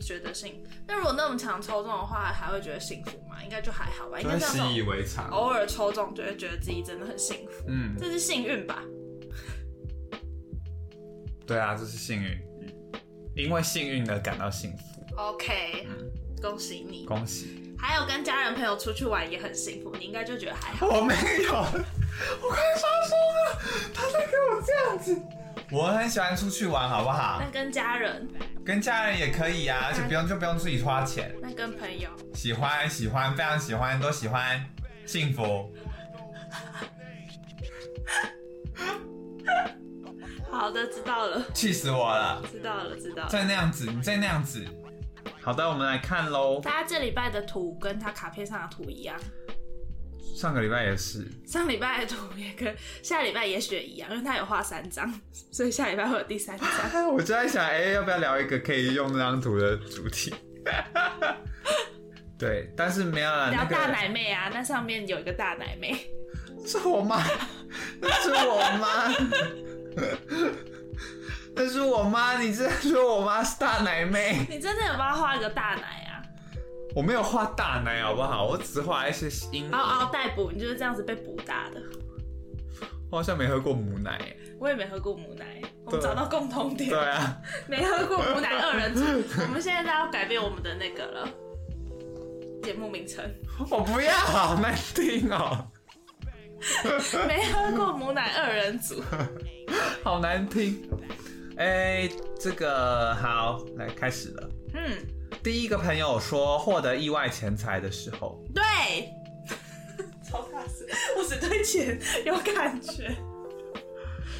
Speaker 3: 觉得幸。那如果那么常抽中的话，还会觉得幸福吗？应该就还好吧。应
Speaker 1: 就会
Speaker 3: 该哎像这哦
Speaker 1: 习以
Speaker 3: 种
Speaker 1: 为常。
Speaker 3: 偶尔抽中，就会觉得自己真的很幸福，
Speaker 1: 嗯，
Speaker 3: 这是幸运吧？
Speaker 1: 对啊，这是幸运，因为幸运而感到幸福，
Speaker 3: OK，、恭喜你！
Speaker 1: 恭喜！
Speaker 3: 还有跟家人朋友出去玩也很幸福，你应该就觉得还好。
Speaker 1: 我没有， 我快发疯了，他在给我这样子。我很喜欢出去玩，好不好
Speaker 3: 那？跟家人，
Speaker 1: 跟家人也可以啊，
Speaker 3: 哎
Speaker 1: 而且不用就不用自己花钱。
Speaker 3: 那跟朋友，
Speaker 1: 喜欢喜欢，非常喜欢，都喜欢，幸福。
Speaker 3: 好的，知道了，
Speaker 1: 气死我了！
Speaker 3: 知道了，知道了。
Speaker 1: 再那样子，你再那样子。好的，我们来看喽。
Speaker 3: 大家这礼拜的图跟他卡片上的图一样，
Speaker 1: 上个礼拜也是，
Speaker 3: 上礼拜的图也跟下礼拜也许也一样，因为他有画三张，所以下礼拜会有第三张。
Speaker 1: 哎，我就在想，哎、要不要聊一个可以用那张图的主题？ 对，但是没有啦，
Speaker 3: 聊
Speaker 1: 那
Speaker 3: 大
Speaker 1: 个
Speaker 3: 奶妹啊，那上面有一个大奶 妹，
Speaker 1: 是我妈， 那是我妈， 那是我妈，你这说我妈是大奶妹？
Speaker 3: 你真的有帮他画一个大奶啊？
Speaker 1: 我没有画大奶好不好？我只画一些阴影。
Speaker 3: 嗷嗷待哺，哦你就是这样子被补大的。
Speaker 1: 我好像没喝过母奶、
Speaker 3: 我也没喝过母奶，我
Speaker 1: 对
Speaker 3: 们找到共同点
Speaker 1: 对。啊，
Speaker 3: 没喝过母奶二人组，我们现在都要改变我们的那个了，节目名 称。
Speaker 1: 我不要，好难听哦、
Speaker 3: 没喝过母奶二人组，
Speaker 1: 好难听。哎、这个好，来开始了。
Speaker 3: 嗯，
Speaker 1: 第一个朋友说，获得意外钱财的时候，
Speaker 3: 对，超踏实，我只对钱有感觉。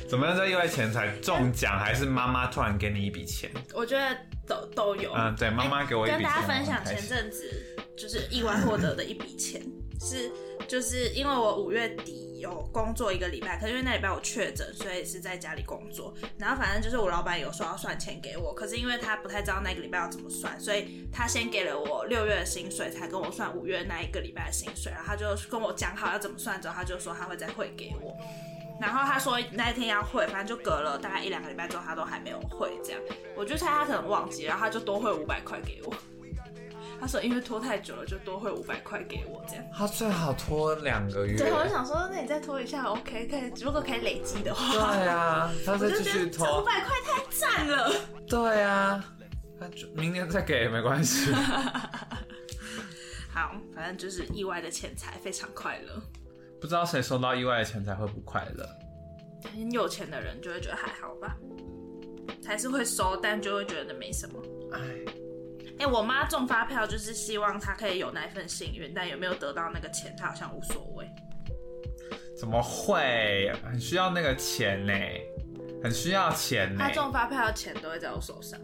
Speaker 1: 怎么样叫意外钱财？中奖还是妈妈突然给你一笔钱？
Speaker 3: 我觉得都都有。
Speaker 1: 嗯，对，妈妈给我一笔
Speaker 3: 哎跟
Speaker 1: 钱。
Speaker 3: 大家分享
Speaker 1: 我很开
Speaker 3: 前
Speaker 1: 心
Speaker 3: 阵子就是意外获得的一笔钱，是就是因为我五月底有工作一个礼拜，可是因为那礼拜我确诊，所以是在家里工作。然后反正就是我老板有说要算钱给我，可是因为他不太知道那个礼拜要怎么算，所以他先给了我六月的薪水，才跟我算五月那一个礼拜的薪水。然后他就跟我讲好要怎么算之后，他就说他会再汇给我。然后他说那一天要汇，反正就隔了大概一两个礼拜之后，他都还没有汇，这样我就猜他可能忘记，然后他就多汇五百块给我。他说因为拖太久了，就多汇五百块给我这样。
Speaker 1: 他最好拖两个月。
Speaker 3: 对，我就想说，那你再拖一下，OK，可以，如果可以累积的话，
Speaker 1: 对啊，他
Speaker 3: 我
Speaker 1: 再
Speaker 3: 就
Speaker 1: 继
Speaker 3: 觉得
Speaker 1: 续
Speaker 3: 这五
Speaker 1: 拖。
Speaker 3: 百块太赞了。
Speaker 1: 对啊，那就明年再给也没关 系。
Speaker 3: 好，反正就是意外的钱财，非常快乐。
Speaker 1: 不知道谁收到意外的钱财会不快乐？
Speaker 3: 很有钱的人就会觉得还好吧，还是会收，但就会觉得没什么。
Speaker 1: 哎，
Speaker 3: 哎、我妈中发票就是希望她可以有那份幸运，但有没有得到那个钱，她好像无所谓。
Speaker 1: 怎么会？啊很需要那个钱呢、很需要钱呢、
Speaker 3: 她中发票的钱都会在我手上，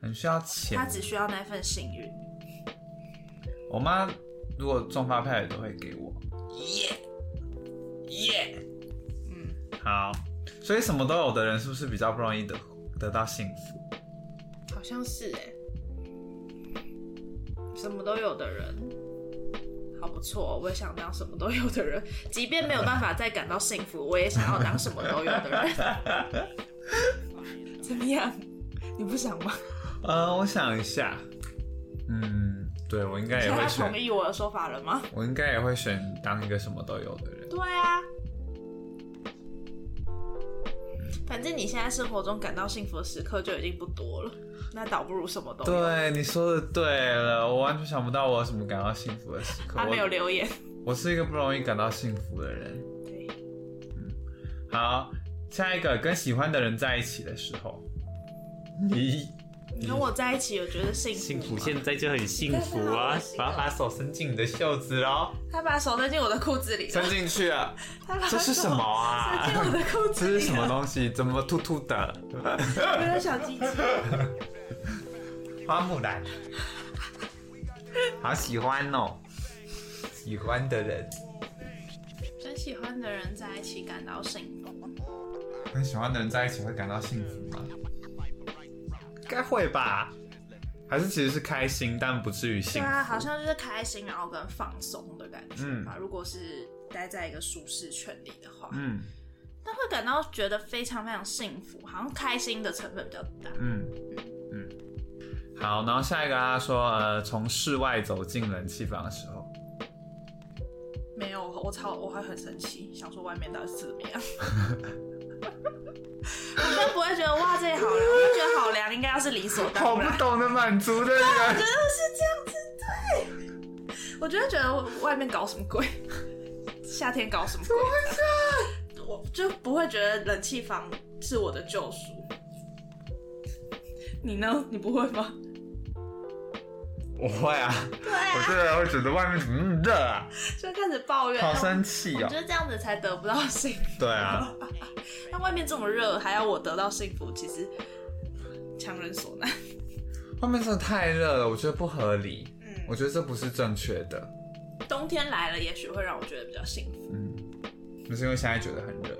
Speaker 1: 很需要钱
Speaker 3: 她。只需要那份幸运。
Speaker 1: 我妈如果中发票也都会给我。耶耶，
Speaker 3: 嗯，
Speaker 1: 好，所以什么都有的人是不是比较不容易得得到幸福？
Speaker 3: 好像是哎、什么都有的人，好不错哦、我也想当什么都有的人， 即便没有办法再感到幸福，我也想要当什么都有的 人。怎么样？你不想吗？
Speaker 1: 呃，我想一下，嗯，对我应该也
Speaker 3: 现
Speaker 1: 会
Speaker 3: 在
Speaker 1: 选
Speaker 3: 同，意我的说法了吗？
Speaker 1: 我应该也会选当一个什么都有的人。
Speaker 3: 对啊。反正你现在生活中感到幸福的时刻就已经不多了，那倒不如什么都有。
Speaker 1: 对，你说的对了，我完全想不到我有什么感到幸福的时刻。
Speaker 3: 他没有
Speaker 1: 我
Speaker 3: 留言。
Speaker 1: 我是一个不容易感到幸福的人。嗯
Speaker 3: 对，
Speaker 1: 好，下一个跟喜欢的人在一起的时候，咦，
Speaker 3: 嗯你跟我在一起有觉得幸福
Speaker 1: 幸福
Speaker 3: 吗
Speaker 1: 现在就很幸福啊
Speaker 3: 但是！
Speaker 1: 我
Speaker 3: 好恶心哦
Speaker 1: 要把手伸进你的袖子喽，
Speaker 3: 他把手伸进我的裤子里
Speaker 1: 伸
Speaker 3: 了，
Speaker 1: 进去了，
Speaker 3: 他把
Speaker 1: 这是什么
Speaker 3: 手伸进
Speaker 1: 啊？
Speaker 3: 我的裤
Speaker 1: 这
Speaker 3: 子里了，
Speaker 1: 是什么东西？怎么突突的？
Speaker 3: 没有小鸡鸡，
Speaker 1: 花木兰，好喜欢哦！
Speaker 5: 喜欢的人，
Speaker 3: 跟喜欢的人在一起感到幸福。
Speaker 5: 跟喜欢的人在一起会感到幸福吗？
Speaker 1: 应该会吧？还是其实是开心，但不至于
Speaker 3: 对
Speaker 1: 幸福。
Speaker 3: 啊，好像就是开心，然后跟放松的感觉
Speaker 1: 嗯
Speaker 3: 吧。如果是待在一个舒适圈里的话，
Speaker 1: 嗯
Speaker 3: 那会感到觉得非常非常幸福，好像开心的成分比较大。
Speaker 1: 嗯嗯。好，然后下一个他说，呃，从室外走进冷气房的时候，
Speaker 3: 没有，我超我会很生气，想说外面到底是 怎么样。我就不会觉得哇，这里好凉，我就觉得好凉应该要是理 所
Speaker 1: 好
Speaker 3: 当
Speaker 1: 不
Speaker 3: 然。
Speaker 1: 懂得满足的人。
Speaker 3: 我就会觉得外面搞什么鬼， 夏天搞什么鬼？我就不会觉得冷气房是我的救赎。你呢？你不会吗？
Speaker 1: 我会啊，我这个人会觉得外面怎么那么热啊，
Speaker 3: 就开始抱怨，
Speaker 1: 好生气
Speaker 3: 啊我
Speaker 1: 哦
Speaker 3: 觉。得这样子才得不到幸福。
Speaker 1: 对啊，
Speaker 3: 那外面这么热，还要我得到幸福，其实强人所难。
Speaker 1: 外面真的太热了，我觉得不合理，
Speaker 3: 嗯，
Speaker 1: 我觉得这不是正确的。
Speaker 3: 冬天来了，也许会让我觉得比较幸福。
Speaker 1: 嗯，那是因为现在觉得很热。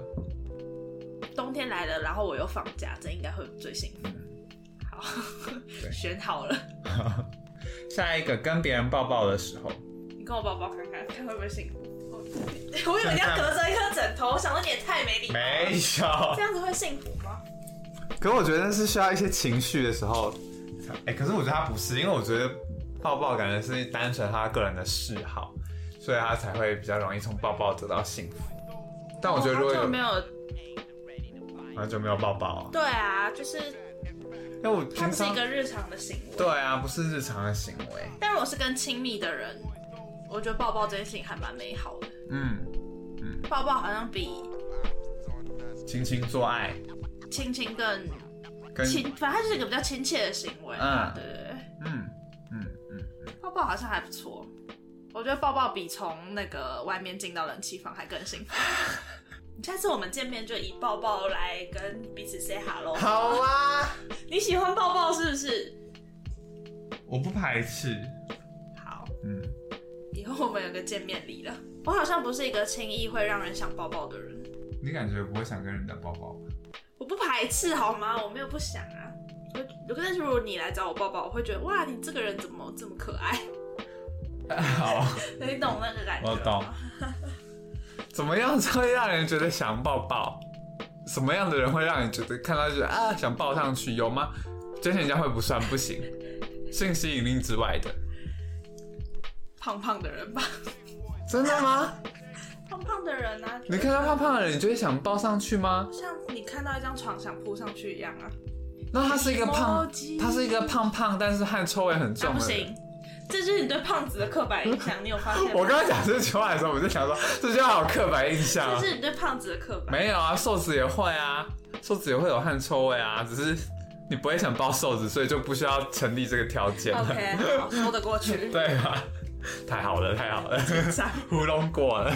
Speaker 3: 冬天来了，然后我又放假，这应该会最幸福。好，
Speaker 1: 对
Speaker 3: 选好了，
Speaker 1: 下一个跟别人抱抱的时候，
Speaker 3: 你跟我抱抱看看，看会不会幸福。我 我以为你要隔着一颗枕头，我想说你也太没礼貌了。
Speaker 1: 没有
Speaker 3: 这。样子会幸福吗？
Speaker 1: 可我觉得那是需要一些情绪的时候，哎、可是我觉得他不是，因为我觉得抱抱感觉是单纯他个人的嗜好，所以他才会比较容易从抱抱得到幸福。但我觉得如果有
Speaker 3: 好久哦没有，
Speaker 1: 很久没有抱抱，哦
Speaker 3: 对啊，就是
Speaker 1: 因为我
Speaker 3: 它
Speaker 1: 平
Speaker 3: 不是一
Speaker 1: 常
Speaker 3: 个日常的行为。
Speaker 1: 对啊，不是日常的行为。
Speaker 3: 但如果是跟亲密的人，我觉得抱抱这件事情还蛮美好的。
Speaker 1: 嗯，
Speaker 3: 抱抱好像比
Speaker 1: 亲亲做爱
Speaker 3: 亲亲更
Speaker 1: 跟
Speaker 3: 亲，反正它就是一个比较亲切的行为
Speaker 1: 嗯
Speaker 3: 啊。对对对，
Speaker 1: 嗯嗯嗯，
Speaker 3: 抱抱好像还不错。我觉得抱抱比从那个外面进到冷气房还更 幸福。下次我们见面就以抱抱来跟彼此 say hello。
Speaker 1: 好啊，
Speaker 3: 你喜欢抱抱是不是？
Speaker 5: 我不排斥，
Speaker 3: 好，
Speaker 1: 嗯，
Speaker 3: 以后我们有个见面礼了。我好像不是一个轻易会让人想抱抱的人，
Speaker 5: 你感觉不会想跟人家抱 抱吗？
Speaker 3: 我不排斥好吗？我没有不想啊。我我但是如果你来找我抱抱，我会觉得哇，你这个人怎么这么可爱？
Speaker 1: 好，
Speaker 3: 你懂那个感觉？
Speaker 1: 我懂。 怎么样才会让人觉得想抱抱？什么样的人会让你觉得看到就觉得啊想抱上去？有吗？捐钱人家会不算不行，性吸引力之外的，
Speaker 3: 胖胖的人吧，
Speaker 1: 真的吗？
Speaker 3: 胖胖的人啊，
Speaker 1: 你看到胖胖的人，你就会想抱上去吗？
Speaker 3: 像你看到一张床想扑上去一样啊。
Speaker 1: 那他是一个胖，他是一个胖胖，但是汗臭味很
Speaker 3: 啊
Speaker 1: 重
Speaker 3: 不
Speaker 1: 的人。
Speaker 3: 行，这就是你对胖子的刻板印象，你有 发现吗？
Speaker 1: 我刚刚讲这句话的时候，我就想说，这句话好刻板印象啊
Speaker 3: 这。是你对胖子的刻板。
Speaker 1: 没有啊，瘦子也会啊，瘦子也会有汗臭味啊，只是你不会想抱瘦子，所以就不需要成立这个条件了
Speaker 3: OK，好，说得过去。
Speaker 1: 对吧？太好了，太好了，
Speaker 3: 上
Speaker 1: 糊弄过了。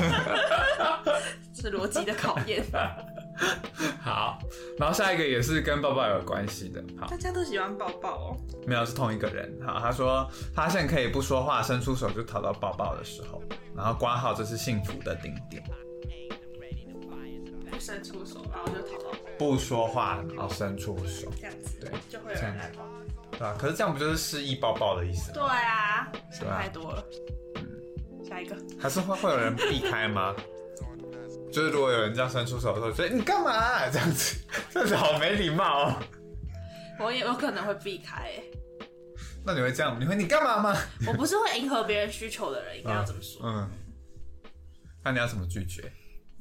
Speaker 3: 是逻辑的考验。
Speaker 1: 好，然后下一个也是跟抱抱有关系的，好，
Speaker 3: 大家都喜欢抱抱哦。
Speaker 1: 没有是同一个人。好，他说发现可以不说话，伸出手就讨到抱抱的时候，然后挂号这是幸福的顶点，
Speaker 3: 不伸出手，然后就讨抱，
Speaker 1: 不说话然后伸出手，
Speaker 3: 这样子
Speaker 1: 对
Speaker 3: 就会有人来抱。
Speaker 1: 对吧、可是这样不就是示意抱抱的意思吗？
Speaker 3: 对啊，想太多了。
Speaker 1: 嗯
Speaker 3: 下一个，
Speaker 1: 还是会会有人避开吗？ 就是如果有人这样伸出手的时候，觉得你干嘛啊、这样子， 这样子好没礼貌哦。
Speaker 3: 我也有可能会避开、欸。
Speaker 1: 那你会这样？你会你干嘛吗？
Speaker 3: 我不是会迎合别人需求的人，应该要怎么说？
Speaker 1: 嗯，那你要怎么拒绝？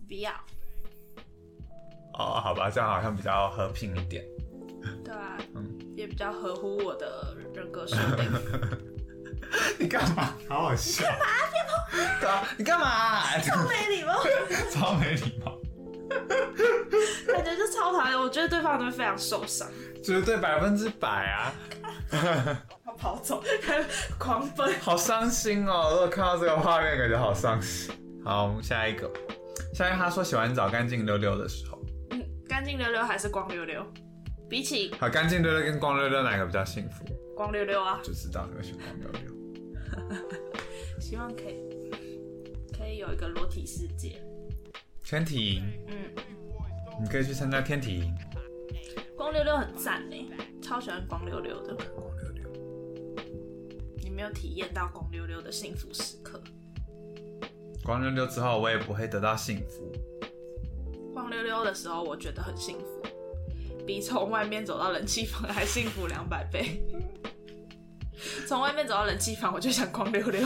Speaker 3: 不要。
Speaker 1: 哦，好吧，这样好像比较和平一点。
Speaker 3: 对啊，
Speaker 1: 嗯
Speaker 3: 也比较合乎我的人格 设定。
Speaker 1: 你干嘛？好好笑。对啊，你干嘛啊、
Speaker 3: 没礼貌，
Speaker 1: 超没礼貌。
Speaker 3: 感觉就超讨厌。我觉得对方都会非常受伤。
Speaker 1: 绝对百分之百啊！
Speaker 3: 他跑走，他狂奔。
Speaker 1: 好伤心哦！如果看到这个画面，感觉好伤心。好，我们下一个，下一个他说洗完澡干净溜溜的时候，
Speaker 3: 嗯，干净溜溜还是光溜溜？比起
Speaker 1: 好干净溜溜跟光溜溜哪个比较幸福？
Speaker 3: 光溜溜啊，
Speaker 1: 就知道你会选光溜溜。
Speaker 3: 希望可以嗯可以有一个裸体世界。
Speaker 1: 天体营，
Speaker 3: 嗯，
Speaker 1: 你可以去参加天体营。
Speaker 3: 光溜溜很赞呢，超喜欢光溜溜的。
Speaker 1: 光溜溜，
Speaker 3: 你没有体验到光溜溜的幸福时刻。
Speaker 1: 光溜溜之后，我也不会得到幸福。
Speaker 3: 光溜溜的时候，我觉得很幸福，比从外面走到冷气房还幸福两百倍。从外面走到冷气房，我就想光溜溜。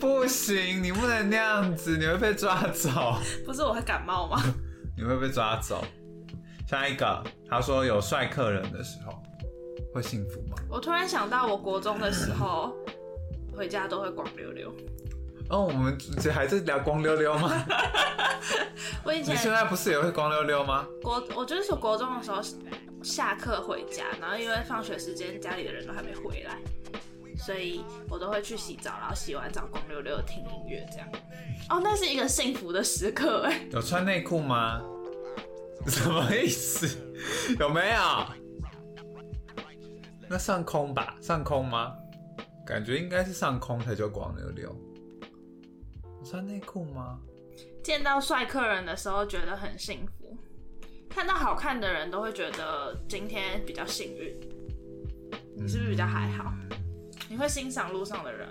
Speaker 1: 不行，你不能那样子，你会被抓走，
Speaker 3: 不是我会感冒吗？
Speaker 1: 你会被抓走。下一个，他说有帅客人的时候会幸福吗？
Speaker 3: 我突然想到，我国中的时候回家都会光溜溜。
Speaker 1: 哦，我们这还在聊光溜溜 吗？
Speaker 3: 我以
Speaker 1: 你
Speaker 3: 前
Speaker 1: 现在不是也会光溜溜吗？
Speaker 3: 国，我就是国中的时候下课回家，然后因为放学时间家里的人都还没回来，所以我都会去洗澡，然后洗完澡光溜溜听音乐这样。哦，那是一个幸福的时刻哎。
Speaker 1: 有穿内裤吗？什么意思？有没有？那上空吧，上空吗？感觉应该是上空才叫光溜溜。我穿内裤吗？
Speaker 3: 见到帅客人的时候觉得很幸福，看到好看的人都会觉得今天比较幸运。你是不是比较还好？你会欣赏路上的人，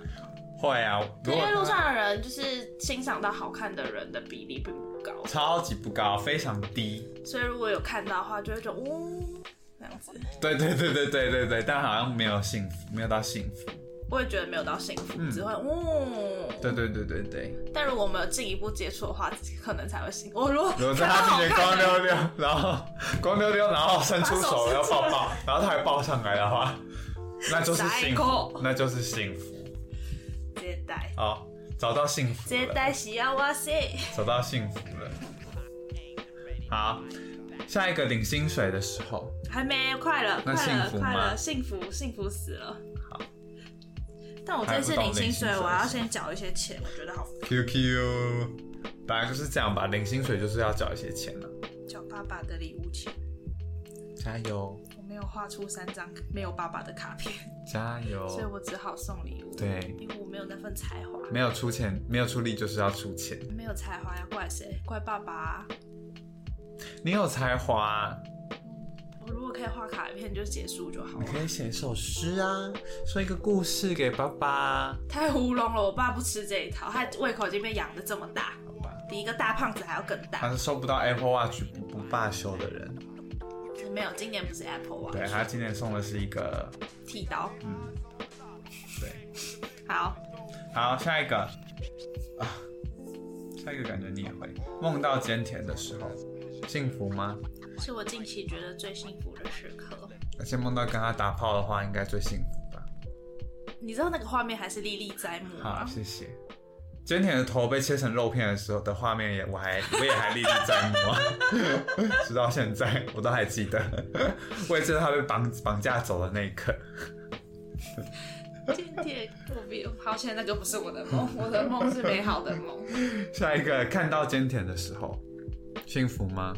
Speaker 1: 会啊，如
Speaker 3: 因
Speaker 1: 果
Speaker 3: 为路上的人就是欣赏到好看的人的比例并不高，
Speaker 1: 超级不高，非常低。
Speaker 3: 所以如果有看到的话，就会觉得呜那样子。
Speaker 1: 对对对对对对对，但好像没有幸福，没有到幸福。
Speaker 3: 我也觉得没有到幸福，
Speaker 1: 嗯
Speaker 3: 只会呜。
Speaker 1: 对对对对对，
Speaker 3: 但如果我们有进一步接触的话，可能才会幸 福。我如果
Speaker 1: 如果在
Speaker 3: 看到
Speaker 1: 他
Speaker 3: 好
Speaker 1: 面前
Speaker 3: 看
Speaker 1: 光
Speaker 3: 的人
Speaker 1: 溜溜，然后光溜溜，然后伸出手要抱抱，然后他还抱上来的话，那就是幸福
Speaker 3: Psycho，
Speaker 1: 那就是幸福。
Speaker 3: 接待
Speaker 1: 好，找到幸福
Speaker 3: 接
Speaker 1: 了，
Speaker 3: 待喜要哇塞。
Speaker 1: 找到幸福了。好，下一个领薪水的时候，
Speaker 3: 还没，快了，
Speaker 1: 那
Speaker 3: 快了，
Speaker 1: 幸福吗
Speaker 3: 快了，幸福，幸福死了。
Speaker 1: 好，
Speaker 3: 但我这次领薪水，
Speaker 1: 还不到领薪水
Speaker 3: 我要先缴一些钱，我觉得好烦
Speaker 1: QQ，本来就是这样吧，领薪水就是要缴一些钱了、
Speaker 3: 缴爸爸的礼物钱。
Speaker 1: 加油，
Speaker 3: 我没有画出三张没有爸爸的卡片，
Speaker 1: 加
Speaker 3: 所以
Speaker 1: 油！
Speaker 3: 我只好送礼物。
Speaker 1: 哦对
Speaker 3: 因为我没有那份才华，
Speaker 1: 没有出钱，没有出力就是要出钱。
Speaker 3: 没有才华要怪谁？怪爸爸啊、
Speaker 1: 你有才华、
Speaker 3: 我如果可以画卡片就结束就好
Speaker 1: 你
Speaker 3: 了。
Speaker 1: 可以写一首诗啊，说一个故事给爸爸。
Speaker 3: 太糊弄了，我爸不吃这一套，他胃口已经被养的这么大，
Speaker 1: 吧
Speaker 3: 比一个大胖子还要更大
Speaker 1: 他。是收不到 Apple Watch 不不罢休的人。
Speaker 3: 没有，今年不是 Apple 啊，
Speaker 1: 对他今年送的是一个，
Speaker 3: 剃刀。
Speaker 1: 嗯，对。
Speaker 3: 好，
Speaker 1: 好，下一个啊，下一个感觉你也会梦到菅田的时候，幸福吗？
Speaker 3: 是我近期觉得最幸福的时刻。
Speaker 1: 而且梦到跟他打炮的话，应该最幸福吧？
Speaker 3: 你知道那个画面还是历历在目
Speaker 1: 好，
Speaker 3: 吗？
Speaker 1: 谢谢。菅田的头被切成肉片的时候的画面也，我还我也还历历在目啊，直到现在我都还记得。我也知道他被绑绑架走的那一刻。
Speaker 3: 今天我比好险，那个不是我的梦，我的梦是美好的梦。
Speaker 1: 下一个看到菅田的时候，幸福吗？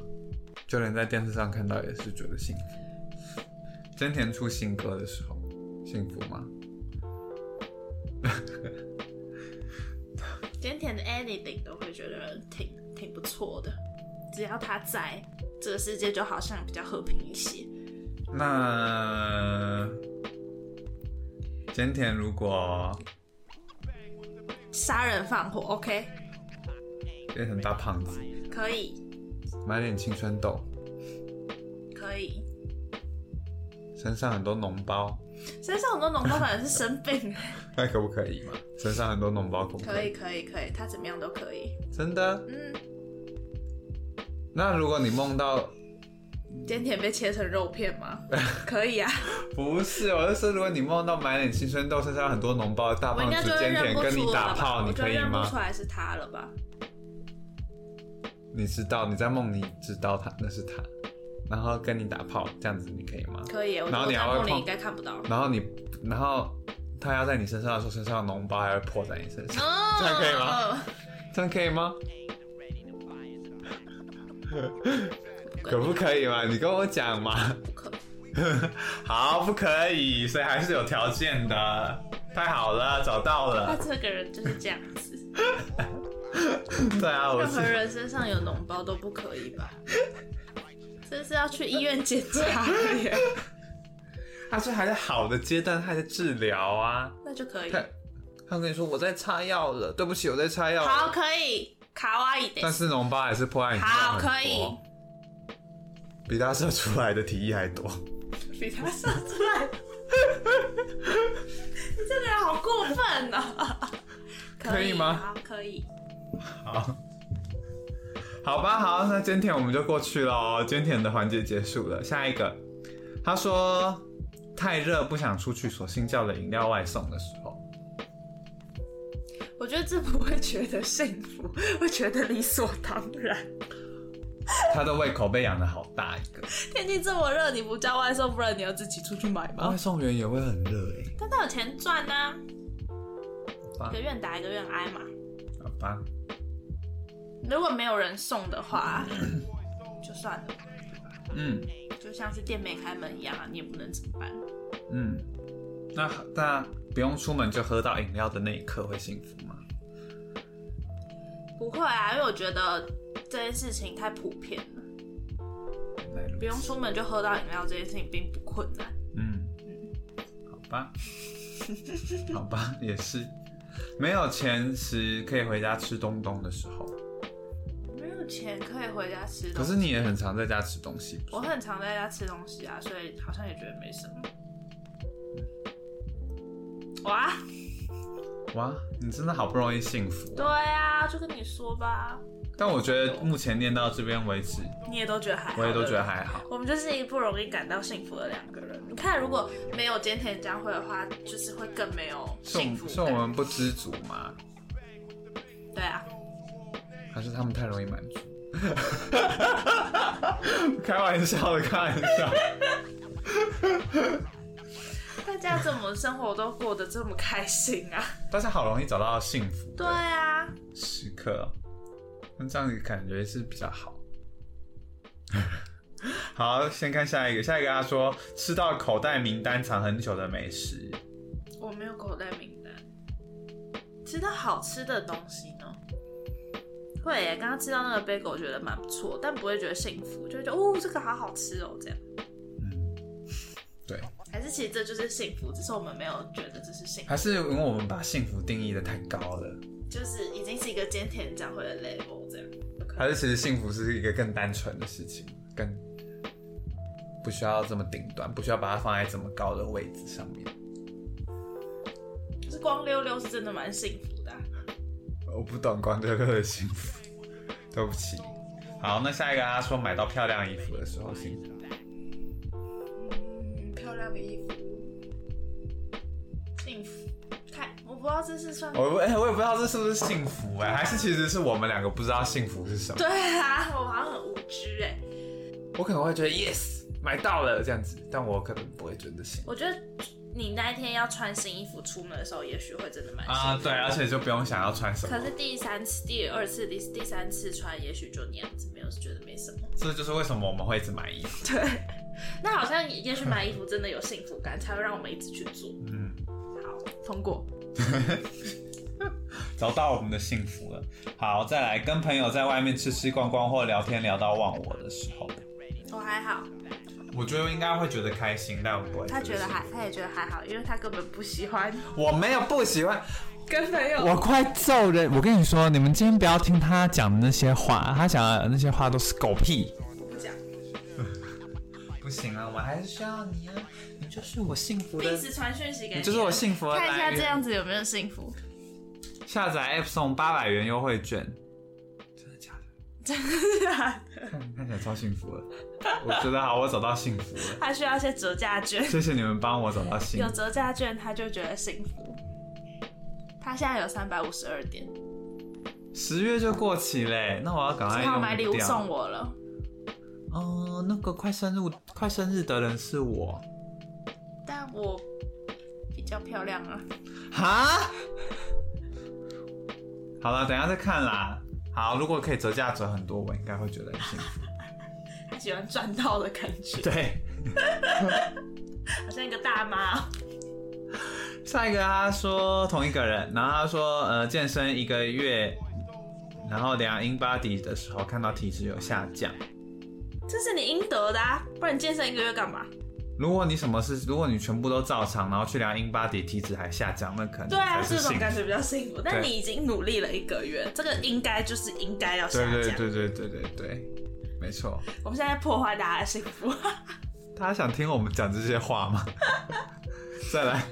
Speaker 1: 就连在电视上看到也是觉得幸福。菅田出新歌的时候，幸福吗？
Speaker 3: 今天的 anything 都会觉得挺挺不错的，只要他在，这个世界就好像比较和平一些。
Speaker 1: 那菅田如果
Speaker 3: 杀人放火，OK，
Speaker 1: 变成大胖子，
Speaker 3: 可以，
Speaker 1: 满脸青春痘，
Speaker 3: 可以。
Speaker 1: 身上很多脓包，
Speaker 3: 身上很多脓包反正是生 病，
Speaker 1: 那可不可以嘛？身上很多脓包可不
Speaker 3: 可
Speaker 1: 可
Speaker 3: 以
Speaker 1: 以？
Speaker 3: 可以可以，他怎么样都可以。
Speaker 1: 真的？
Speaker 3: 嗯，
Speaker 1: 那如果你梦到
Speaker 3: 今天被切成肉片 吗？可以啊。
Speaker 1: 不是，我是说，如果你梦到满脸青春痘、身上很多脓包的大
Speaker 3: 我
Speaker 1: 胖
Speaker 3: 应
Speaker 1: 子
Speaker 3: 该就会
Speaker 1: 菅
Speaker 3: 认
Speaker 1: 田
Speaker 3: 不
Speaker 1: 跟
Speaker 3: 出
Speaker 1: 你
Speaker 3: 了
Speaker 1: 打
Speaker 3: 吧，
Speaker 1: 炮，
Speaker 3: 我
Speaker 1: 你
Speaker 3: 就
Speaker 1: 可以
Speaker 3: 认不出
Speaker 1: 吗？
Speaker 3: 来是他了吧？
Speaker 1: 你知道，你在梦里知道他那是他，然后跟你打炮，这样子你可以吗？
Speaker 3: 可以，我觉
Speaker 1: 然后
Speaker 3: 得
Speaker 1: 你还
Speaker 3: 在
Speaker 1: 会
Speaker 3: 梦里
Speaker 1: 碰
Speaker 3: 应该看不到。
Speaker 1: 然后你，然后他要在你身上的时候，身上的脓包还会破在你身
Speaker 3: 啊
Speaker 1: 上，这样可以吗
Speaker 3: 嗯？
Speaker 1: 这样可以 吗？可不可以嘛？你跟我讲嘛。
Speaker 3: 不可以。
Speaker 1: 好，不可以，所以还是有条件的。太好了，找到
Speaker 3: 他
Speaker 1: 了。
Speaker 3: 哦这个人就是这样子，
Speaker 1: 对啊， 我
Speaker 3: 任
Speaker 1: 是
Speaker 3: 何人身上有脓包都不可以吧？ 这是要去医院检查的耶，
Speaker 1: 他说还在好的阶段，他还在治疗啊。
Speaker 3: 那就可以。
Speaker 1: 他他跟你说我在擦药了，对不起，我在擦药。
Speaker 3: 好，可以。卡哇伊
Speaker 1: 但
Speaker 3: 的，
Speaker 1: 是脓包还是破案一样
Speaker 3: 好
Speaker 1: 很多
Speaker 3: 可以，
Speaker 1: 比他射出来的提议还多。
Speaker 3: 比他射出来。你这个人好过分哦！
Speaker 1: 可以吗
Speaker 3: 好，可以。
Speaker 1: 好，好吧，好，那菅田我们就过去喽。菅田的环节结束了，下一个，他说太热不想出去，索性叫了饮料外送的时候，
Speaker 3: 我觉得这不会觉得幸福，会觉得理所当然。
Speaker 1: 他的胃口被养的好大一个。
Speaker 3: 天气这么热，你不叫外送，不然你要自己出去买吗？
Speaker 1: 啊送员也会很热哎、
Speaker 3: 但他有钱赚啊，
Speaker 1: 好吧
Speaker 3: 一个，愿打一个愿挨嘛。
Speaker 1: 好吧，
Speaker 3: 如果没有人送的话， 就算了，
Speaker 1: 嗯
Speaker 3: 就像是店没开门一样啊，你也不能怎么办。
Speaker 1: 嗯，那那不用出门就喝到饮料的那一刻会幸福吗？
Speaker 3: 不会啊，因为我觉得这件事情太普遍了，
Speaker 1: 原来如此
Speaker 3: 不用出门就喝到饮料这件事情并不困难。
Speaker 1: 嗯，好吧， 好吧，也是。没有钱时可以回家吃东东的时候，
Speaker 3: 没有钱可以回家吃
Speaker 1: 可
Speaker 3: 东西，
Speaker 1: 是你也很常在家吃东西，不是
Speaker 3: 我很常在家吃东西啊，所以好像也觉得没什么。哇，
Speaker 1: 哇，你真的好不容易幸福哦、
Speaker 3: 对啊，就跟你说吧，
Speaker 1: 但我觉得目前念到这边为止，
Speaker 3: 你也都觉得还好，
Speaker 1: 我也都觉得
Speaker 3: 对不对
Speaker 1: 还好。
Speaker 3: 我们就是一不容易感到幸福的两个人。你看，如果没有菅田将晖的话，就是会更没有
Speaker 1: 是我
Speaker 3: 幸
Speaker 1: 们
Speaker 3: 福
Speaker 1: 是我
Speaker 3: 感。
Speaker 1: 们不知足吗？
Speaker 3: 对啊，
Speaker 1: 还是他们太容易满足？ 开玩笑的，开玩笑。
Speaker 3: 大家怎么生活都过得这么开心啊？
Speaker 1: 大家好容易找到幸福
Speaker 3: 对啊，
Speaker 1: 时刻哦，那这样子感觉是比较好。 好，先看下一个，下一个他说吃到口袋名单藏很久的美食，
Speaker 3: 我没有口袋名单，吃到好吃的东西呢？会耶，刚刚吃到那个 bagel 觉得蛮不错，但不会觉得幸福，就会觉得哦这个好好吃哦这样。
Speaker 1: 嗯对，
Speaker 3: 还是其实这就是幸福，只是我们没有觉得这是幸福，
Speaker 1: 还是因为我们把幸福定义的太高了，
Speaker 3: 就是已经是一个菅田将晖的 level 这样。
Speaker 1: 还是其实幸福是一个更单纯的事情，更不需要这么顶端，不需要把它放在这么高的位置上面。
Speaker 3: 就是光溜溜是真的蛮幸福的啊、
Speaker 1: 我不懂光溜溜的幸福，对不起。好，那下一个啊他说买到漂亮衣服的时候幸福。
Speaker 6: 嗯，漂亮的衣服，
Speaker 3: 幸福。太，我不知道这是算
Speaker 1: 我哎、我也不知道这是不是幸福哎、还是其实是我们两个不知道幸福是什么。
Speaker 3: 对啊，我好像很无知哎、
Speaker 1: 我可能会觉得 yes 买到了这样子，但我可能不会觉得幸福
Speaker 3: 我觉得你那一天要穿新衣服出门的时候，也许会真的蛮幸福。
Speaker 1: 啊。对，而且就不用想要穿什么
Speaker 3: 可，是第三次、第二次、第第三次穿，也许就那样子，没有觉得没什么。
Speaker 1: 这就是为什么我们会一直买衣服。
Speaker 3: 对，那好像也也许买衣服真的有幸福感，才会让我们一直去做。
Speaker 1: 嗯，
Speaker 3: 好，通过。
Speaker 1: 找到我们的幸福了。好，再来跟朋友在外面吃吃逛逛或聊天聊到忘我的时候，
Speaker 3: 我还好，
Speaker 1: 我觉得应该会觉得开心，但我不会。
Speaker 3: 他觉得还，他也觉得还好，因为他根本不喜 欢
Speaker 1: 我没有不喜欢，
Speaker 3: 跟朋友
Speaker 1: 我快揍人！我跟你说，你们今天不要听他讲的那些话，他讲的那些话都是狗屁。
Speaker 3: 不讲，
Speaker 1: 不行啊，我还是需要你啊！你就是我幸福
Speaker 3: 并
Speaker 1: 的，
Speaker 3: 时传讯息给
Speaker 1: 你
Speaker 3: 你，
Speaker 1: 就是我幸福的
Speaker 3: 看一
Speaker 1: 来
Speaker 3: 下这
Speaker 1: 源。
Speaker 3: 样子有没有幸福。
Speaker 1: 下载 App 送八百元优惠券，真的假的？看看起来超幸福 了，我觉得好，我找到幸福了，
Speaker 3: 他需要一些折价 券，
Speaker 1: 谢谢你们帮我找到幸
Speaker 3: 有
Speaker 1: 福。
Speaker 3: 折价券他就觉得幸福。他现在有三百五十二点，
Speaker 1: 十月就过期嘞，那我要赶快
Speaker 3: 只
Speaker 1: 用
Speaker 3: 好买礼物
Speaker 1: 掉
Speaker 3: 送我了。
Speaker 1: 哦，那个快生日快生日的人是我，
Speaker 3: 但我比较漂亮啊。
Speaker 1: 哈？好了，等一下再看啦。好，如果可以折价折很多，我应该会觉得很幸福。
Speaker 3: 他喜欢赚到的感觉，
Speaker 1: 对，
Speaker 3: 好像一个大妈哦。
Speaker 1: 下一个他说同一个人，然后他说呃健身一个月，然后量 in body 的时候看到体脂有下降。
Speaker 3: 这是你应得的啊，不然你健身一个月干嘛？
Speaker 1: 如果你什么事，如果你全部都照常，然后去量 in body 体脂还下降，那可能
Speaker 3: 对啊，
Speaker 1: 才
Speaker 3: 这种
Speaker 1: 幸
Speaker 3: 感
Speaker 1: 福
Speaker 3: 觉比较幸福。但你已经努力了一个月，这个应该就是应该要下
Speaker 1: 对
Speaker 3: 降。
Speaker 1: 对对对对对对，没错。
Speaker 3: 我们现在破坏大家的幸福。
Speaker 1: 大家想听我们讲这些话吗？ 再来，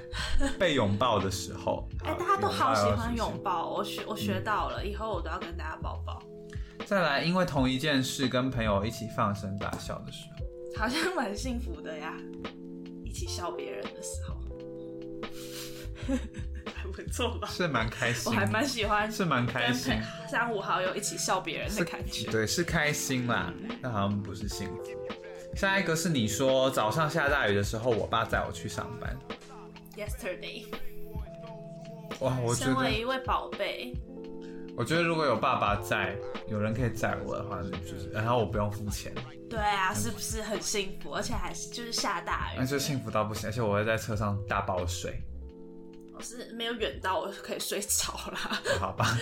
Speaker 1: 被拥抱的时候，
Speaker 3: 哎、大家都好喜欢拥抱，哦我学我学到了，以后我都要跟大家抱抱。
Speaker 1: 嗯再来，因为同一件事跟朋友一起放声大笑的时候，
Speaker 3: 好像蛮幸福的呀，一起笑别人的时候，还不错吧？
Speaker 1: 是蛮开
Speaker 3: 我
Speaker 1: 心，
Speaker 3: 还蛮喜欢
Speaker 1: 是蛮
Speaker 3: 跟
Speaker 1: 开心，
Speaker 3: 朋三五好友一起笑别人的感觉。嗯
Speaker 1: 对，是开心啦，但好像不是幸福。下一个是你说早上下大雨的时候，我爸载我去上班。
Speaker 3: Yesterday，
Speaker 1: 哇，我觉
Speaker 3: 身为
Speaker 1: 得，
Speaker 3: 一位宝贝，
Speaker 1: 我觉得如果有爸爸在，有人可以载我的话，就是，然后我不用付钱，
Speaker 3: 对
Speaker 1: 嗯
Speaker 3: 啊，是不是很幸福？而且还是就是下大雨
Speaker 1: 那，就幸福到不行。而且我会在车上大爆睡，
Speaker 3: 我是没有远到我就可以睡着啦。
Speaker 1: 好吧？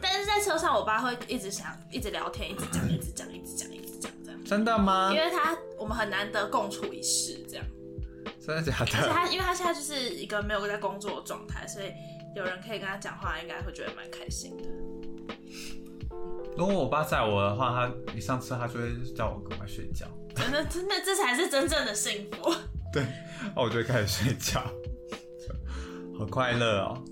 Speaker 3: 但是在车上，我爸会一直想，一直聊天，一直讲，一直讲，一直讲，一直讲这样。
Speaker 1: 真的吗
Speaker 3: 因？为他我们很难得共处一室这样，
Speaker 1: 真的假
Speaker 3: 而且
Speaker 1: 的？
Speaker 3: 他因为他现在就是一个没有在工作的状态，所以有人可以跟他讲话，应该会觉得蛮开心的。
Speaker 1: 如果我爸载我的话，他一上车他就会叫我赶快睡觉，
Speaker 3: 真的呃真的，这才是真正的幸福。
Speaker 1: 哦，我就会开始睡觉，好快乐哦！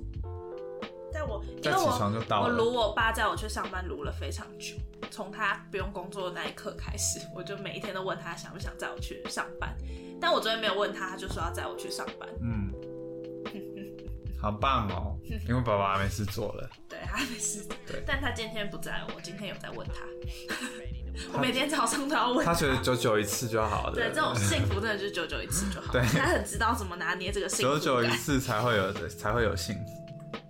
Speaker 3: 但我因
Speaker 1: 再
Speaker 3: 为
Speaker 1: 起
Speaker 3: 我
Speaker 1: 床就到
Speaker 3: 我
Speaker 1: 了
Speaker 3: 撸。我爸载我去上班撸了非常久，从他不用工作的那一刻开始， 我就每一天都问他想不想载我去上班。但我昨天没有问他，他就说要载我去上班。
Speaker 1: 嗯，好棒哦！因为爸爸没事做了，
Speaker 3: 对，他没事
Speaker 1: 对。
Speaker 3: 但他今天不在我，今天有在问他。 我每天早上都要问
Speaker 1: 他觉得久久一次就好了。
Speaker 3: 对，这种幸福真的就是久久一次就好。
Speaker 1: 对
Speaker 3: 他很知道怎么拿捏这个幸
Speaker 1: 久
Speaker 3: 福
Speaker 1: 久一
Speaker 3: 感。
Speaker 1: 次才会有才会有幸福。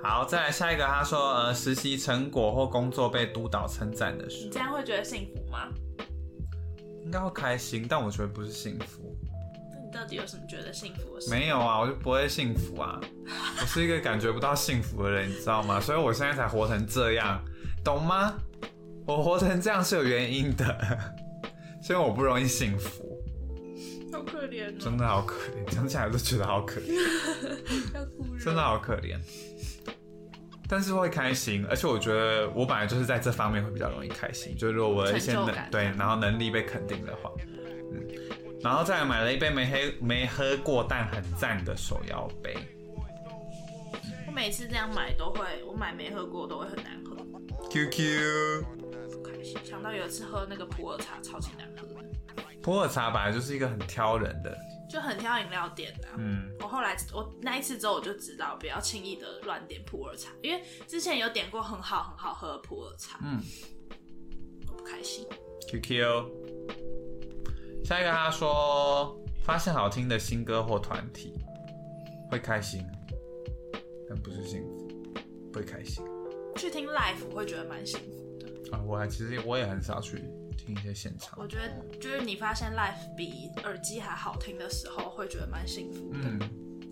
Speaker 1: 好，再来下一个，他说呃，实习成果或工作被督导称赞的时
Speaker 3: 你
Speaker 1: 候，
Speaker 3: 这样会觉得幸福吗？
Speaker 1: 应该会开心，但我觉得不是幸福。
Speaker 3: 那你到底有什么觉得幸福的事？
Speaker 1: 没有啊，我就不会幸福啊，我是一个感觉不到幸福的人，你知道吗？所以我现在才活成这样，懂吗？我活成这样是有原因的， 所以我不容易幸福。
Speaker 3: 好可怜 哦，
Speaker 1: 真的好可怜，想起来都觉得好可怜，
Speaker 3: 要哭了。
Speaker 1: 真的好可怜。但是会开心，而且我觉得我本来就是在这方面会比较容易开心，就是如果我的一些
Speaker 3: 成就
Speaker 1: 能
Speaker 3: 感
Speaker 1: 对，然后能力被肯定的话，嗯，然后再来买了一杯没黑没喝过但很赞的手摇杯，
Speaker 3: 我每次这样买都会，我买没喝过都会很难喝，
Speaker 1: QQ
Speaker 3: 不开心。想到有一次喝那个普洱茶，超级难喝的，
Speaker 1: 普洱茶本来就是一个很挑人的，
Speaker 3: 就很挑饮料店的啊、
Speaker 1: 嗯，
Speaker 3: 我后来我那一次之后我就知道不要轻易的乱点普洱茶，因为之前有点过很好很好喝的普洱茶，
Speaker 1: 嗯，
Speaker 3: 我不开心。
Speaker 1: QQ。下一个他说发现好听的新歌或团体会开心，但不是幸福，不会开心
Speaker 3: 去听 live 我会觉得蛮幸福的，
Speaker 1: 啊。我还其实我也很少去听一些现
Speaker 3: 我
Speaker 1: 场，
Speaker 3: 觉得就是你发现 live 比耳机还好听的时候，会觉得蛮幸福的。
Speaker 1: 嗯，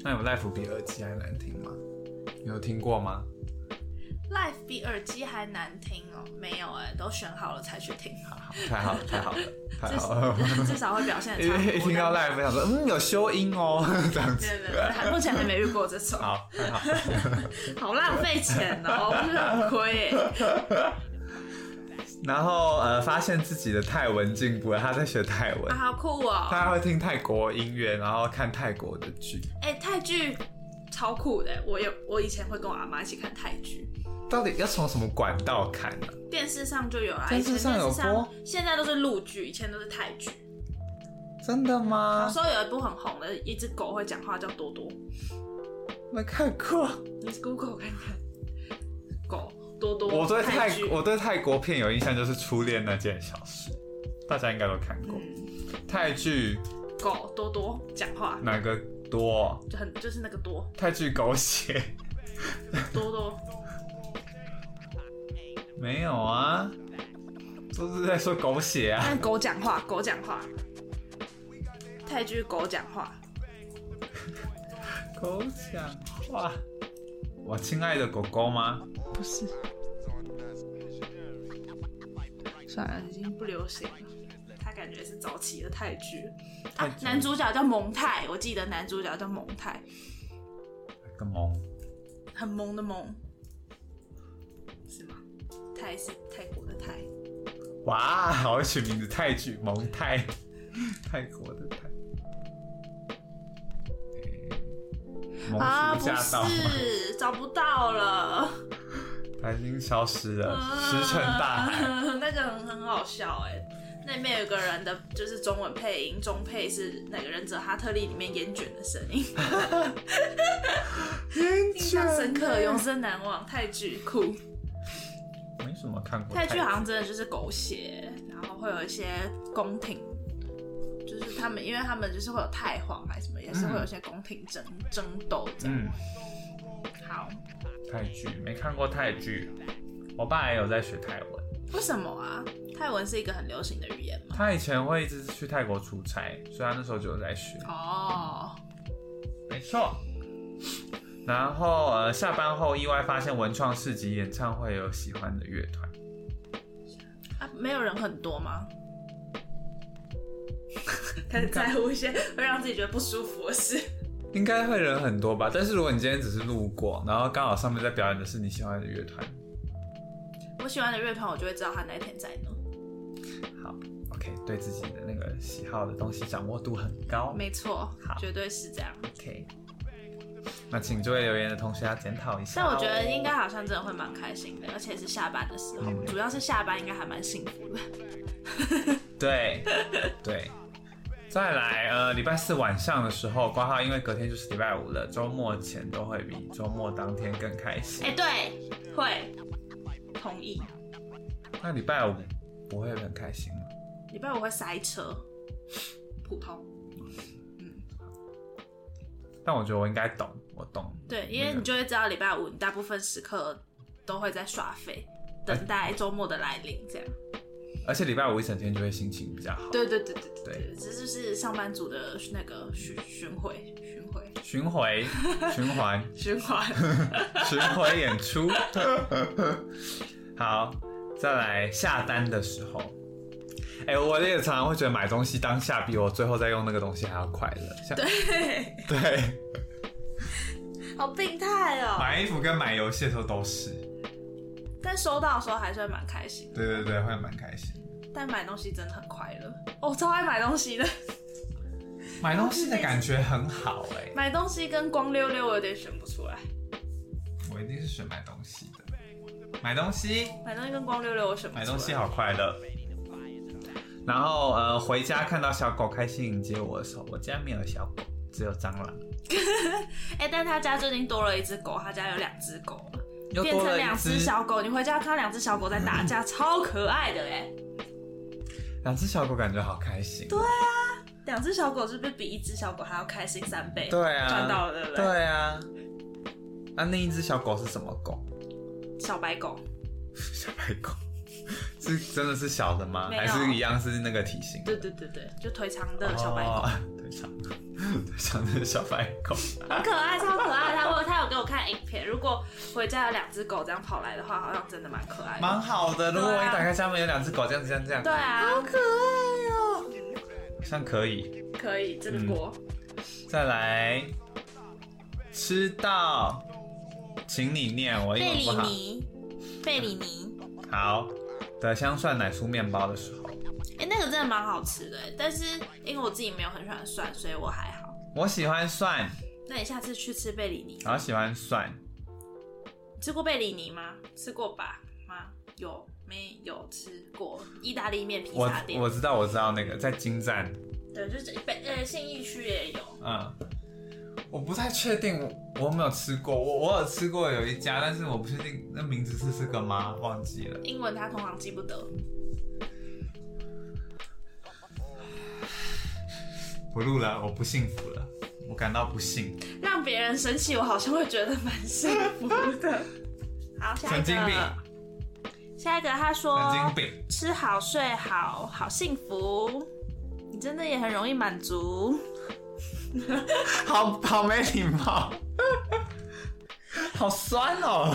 Speaker 1: 那有 l i f e 比耳机还难听吗？你有听过吗？
Speaker 3: live 比耳机还难听哦，没有哎、都选好了才去听，
Speaker 1: 好太好了，太好了，太
Speaker 3: 至
Speaker 1: 好了
Speaker 3: 少。至少会表现得
Speaker 1: 因
Speaker 3: 差不 多。
Speaker 1: 为一听到 l
Speaker 3: 但
Speaker 1: i f e 想说，嗯，有修音哦，这样子。
Speaker 3: 对对对，还目前还没遇过这 种，
Speaker 1: 好，太好了。
Speaker 3: 好浪费钱哦，我觉得很亏哎。
Speaker 1: 然后呃，发现自己的泰文进步了，他在学泰文
Speaker 3: 啊，，好酷哦！
Speaker 1: 他会听泰国音乐，然后看泰国的剧。
Speaker 3: 哎、泰剧超酷的，欸我有我以前会跟我阿妈一起看泰剧，
Speaker 1: 到底要从什么管道看呢、
Speaker 3: 电视上就有啊，
Speaker 1: 电视上有
Speaker 3: 以前电视
Speaker 1: 播
Speaker 3: 上现在都是陆剧，以前都是泰剧。
Speaker 1: 真的
Speaker 3: 小
Speaker 1: 吗
Speaker 3: 时？候有一部很红的，一只狗会讲话叫多多，
Speaker 1: 没看过。
Speaker 3: 你 Google 看看，狗多多。
Speaker 1: 我对泰
Speaker 3: 剧
Speaker 1: 我对泰国片有印象，就是《初恋那件小事》。大家应该都看过。
Speaker 3: 嗯
Speaker 1: 泰剧
Speaker 3: 狗多多讲话
Speaker 1: 哪个多？
Speaker 3: 就很就是那个多
Speaker 1: 泰剧狗血
Speaker 3: 多多，
Speaker 1: 没有啊，都是在说狗血啊。
Speaker 3: 但狗讲话，狗讲话，泰剧狗讲话，
Speaker 1: 狗讲话，我亲爱的狗狗吗？
Speaker 3: 不是。算了，已经不流行了。他感觉是早期的泰剧
Speaker 1: 泰
Speaker 3: 啊
Speaker 1: 剧，
Speaker 3: 男主角叫蒙泰，我记得男主角叫蒙泰，
Speaker 1: 哪个萌？
Speaker 3: 很萌的萌，是吗？泰是泰国的泰，
Speaker 1: 哇，好会取名字，泰剧蒙泰， 泰国的泰。诶萌
Speaker 3: 啊，
Speaker 1: 叔
Speaker 3: 不
Speaker 1: 驾到吗？
Speaker 3: 是，找不到了，
Speaker 1: 他已经消失了，
Speaker 3: 啊
Speaker 1: 石沉大海。
Speaker 3: 那个很很好笑哎、那里面有个人的，就是中文配音，中配是那个忍者哈特利里面烟卷的声音，印象深刻，永生难忘，泰剧酷。
Speaker 1: 没什么看过
Speaker 3: 泰剧好像真的就是狗血，然后会有一些宫廷，就是他们，因为他们就是会有太皇还是什么，也是会有一些宫廷争争斗这样。
Speaker 1: 嗯，
Speaker 3: 好，
Speaker 1: 泰剧没看过泰剧，我爸也有在学泰文，
Speaker 3: 为什么啊？泰文是一个很流行的语言嘛。
Speaker 1: 他以前会一直去泰国出差，所以他那时候就有在学。
Speaker 3: 哦，
Speaker 1: 没错。然后呃，下班后意外发现文创市集演唱会有喜欢的乐团，
Speaker 3: 啊，没有人很多吗？ 开始在乎一些会让自己觉得不舒服的事。
Speaker 1: 应该会人很多吧？但是如果你今天只是路过，然后刚好上面在表演的是你喜欢的乐团，
Speaker 3: 我喜欢的乐团，我就会知道他那天在哪。
Speaker 1: 好，OK，对自己的那个喜好的东西掌握度很高。
Speaker 3: 没错
Speaker 1: 好，
Speaker 3: 绝对是这样。
Speaker 1: OK，那请这位留言的同学要检讨一下
Speaker 3: 但
Speaker 1: 哦。
Speaker 3: 我觉得应该好像真的会蛮开心的，而且是下班的时候，
Speaker 1: 嗯
Speaker 3: 主要是下班应该还蛮幸福的。
Speaker 1: 对对。再来，呃，礼拜四晚上的时候，挂号因为隔天就是礼拜五了，周末前都会比周末当天更开心。
Speaker 3: 哎、对，会同意。
Speaker 1: 那礼拜五不会很开心吗？
Speaker 3: 礼拜五会塞车，普通。
Speaker 1: 但我觉得我应该懂，我懂。
Speaker 3: 对，因为
Speaker 1: 那个
Speaker 3: 你就会知道礼拜五你大部分时刻都会在耍废，等待周末的来临，这样。
Speaker 1: 而且礼拜五一整天就会心情比较好。
Speaker 3: 对对对对对
Speaker 1: 对
Speaker 3: 对，这就是上班族的那个巡巡回、巡回、
Speaker 1: 巡回，循环，
Speaker 3: 循环。
Speaker 1: 巡回演出。好，再来下单的时候，哎、我也常常会觉得买东西当下比我最后再用那个东西还要快乐。像对
Speaker 3: 对，好病态哦、
Speaker 1: 买衣服跟买游戏的时候都是，
Speaker 3: 但收到的时候还是会蛮开心的。
Speaker 1: 对对对，会蛮开心。
Speaker 3: 但买东西真的很快乐，我、哦超爱买东西的。
Speaker 1: 买东西的感觉很好哎、
Speaker 3: 买东西跟光溜溜我有点选不出来，
Speaker 1: 我一定是选买东西的。买东西，
Speaker 3: 买东西啊跟光溜溜我选不出来。
Speaker 1: 买东西好快乐。然后呃，回家看到小狗开心迎接我的时候，我家没有小狗，只有蟑螂，
Speaker 3: 哎、但他家最近多了一只狗，他家有两只狗了，
Speaker 1: 又
Speaker 3: 变
Speaker 1: 多
Speaker 3: 成
Speaker 1: 了
Speaker 3: 两
Speaker 1: 一
Speaker 3: 只
Speaker 1: 只。
Speaker 3: 小狗。你回家看到两只小狗在打 架，超可爱的哎、
Speaker 1: 两只小狗感觉好开心。啊对
Speaker 3: 两只小狗是不是比一只小狗还要开心三倍？
Speaker 1: 对啊，
Speaker 3: 赚到了对不对
Speaker 1: 对啊。那、那一只小狗是什么狗？
Speaker 3: 小白狗
Speaker 1: 小白狗，是真的是小的吗？
Speaker 3: 没有
Speaker 1: 还是一样是那个体型？
Speaker 3: 对对对对，就腿长的小白狗，
Speaker 1: 哦， 对长，对长的小白狗。
Speaker 3: 很可爱，超可爱。他有他有给我看影片，如果回家有两只狗这样跑来的话，好像真的蛮可爱的。
Speaker 1: 蛮好的。如果我啊一打开家门有两只狗，这样这样这样
Speaker 3: 对，啊，好可爱哦、
Speaker 1: 像可以。
Speaker 3: 可以，这
Speaker 1: 嗯
Speaker 3: 个锅。
Speaker 1: 再来，吃到，请你念，我英
Speaker 3: 贝
Speaker 1: 文
Speaker 3: 里
Speaker 1: 不好。
Speaker 3: 尼，贝里尼，
Speaker 1: 好的，香蒜奶酥面包的时候，
Speaker 3: 哎、那个真的蛮好吃的欸，但是因为我自己没有很喜欢蒜，所以我还好。
Speaker 1: 我喜欢蒜，
Speaker 3: 那你下次去吃贝里尼，
Speaker 1: 好喜欢蒜，
Speaker 3: 吃过贝里尼吗？吃过吧？吗？有没有吃过意大利面披
Speaker 1: 我
Speaker 3: 萨店？
Speaker 1: 我知道我知道那个在金站，
Speaker 3: 对，就是北呃信义区也有，
Speaker 1: 嗯，我不太确定我我有没有吃过，我我有吃过有一家，但是我不确定那名字是这个吗？忘记了。
Speaker 3: 英文他通常记不得。
Speaker 1: 不录了，我不幸福了，我感到不幸。
Speaker 3: 让别人生气，我好像会觉得蛮幸福 的。好，下一
Speaker 1: 神经病
Speaker 3: 个，下一个他说
Speaker 1: 神经病，
Speaker 3: 吃好睡好好幸福，你真的也很容易满足。
Speaker 1: 好好没礼貌， 好酸哦。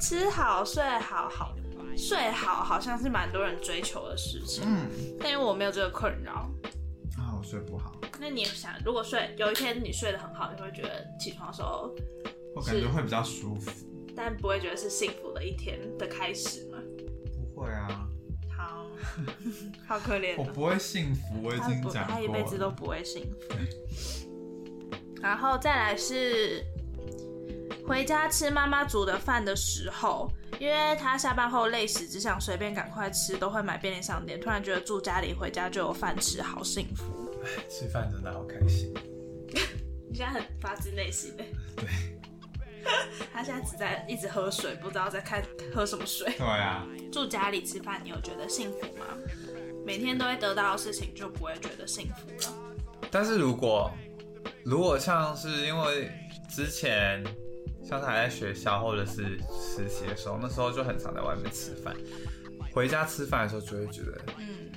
Speaker 3: 吃好睡好好睡好，好像是蛮多人追求的事情，
Speaker 1: 嗯，
Speaker 3: 但因为我没有这个困扰。
Speaker 1: 啊，我睡不好，
Speaker 3: 那你想，如果睡有一天你睡得很好，你会觉得起床的时候，
Speaker 1: 我感觉会比较舒服。
Speaker 3: 但不会觉得是幸福的一天的开始吗？
Speaker 1: 不会啊，
Speaker 3: 好，好可怜
Speaker 1: 我
Speaker 3: 哦、
Speaker 1: 不会幸福，我已
Speaker 3: 他
Speaker 1: 经
Speaker 3: 不，
Speaker 1: 讲
Speaker 3: 他一
Speaker 1: 过
Speaker 3: 辈子都
Speaker 1: 了。
Speaker 3: 不会幸福。 然后再来是回家吃妈妈煮的饭的时候，因为他下班后累死，只想随便赶快吃，都会买便利商店。突然觉得住家里回家就有饭吃，好幸福。
Speaker 7: 吃饭真的好开心。
Speaker 3: 你现在很发自内心的。
Speaker 1: 对。
Speaker 3: 他现在只在一直喝水，不知道在看喝什么水。
Speaker 1: 对啊，
Speaker 3: 住家里吃饭，你有觉得幸福吗？每天都会得到的事情，就不会觉得幸福了。
Speaker 1: 但是如果如果像是因为之前像是还在学校或者是实习的时候，那时候就很常在外面吃饭，回家吃饭的时候就会觉得，
Speaker 3: 嗯，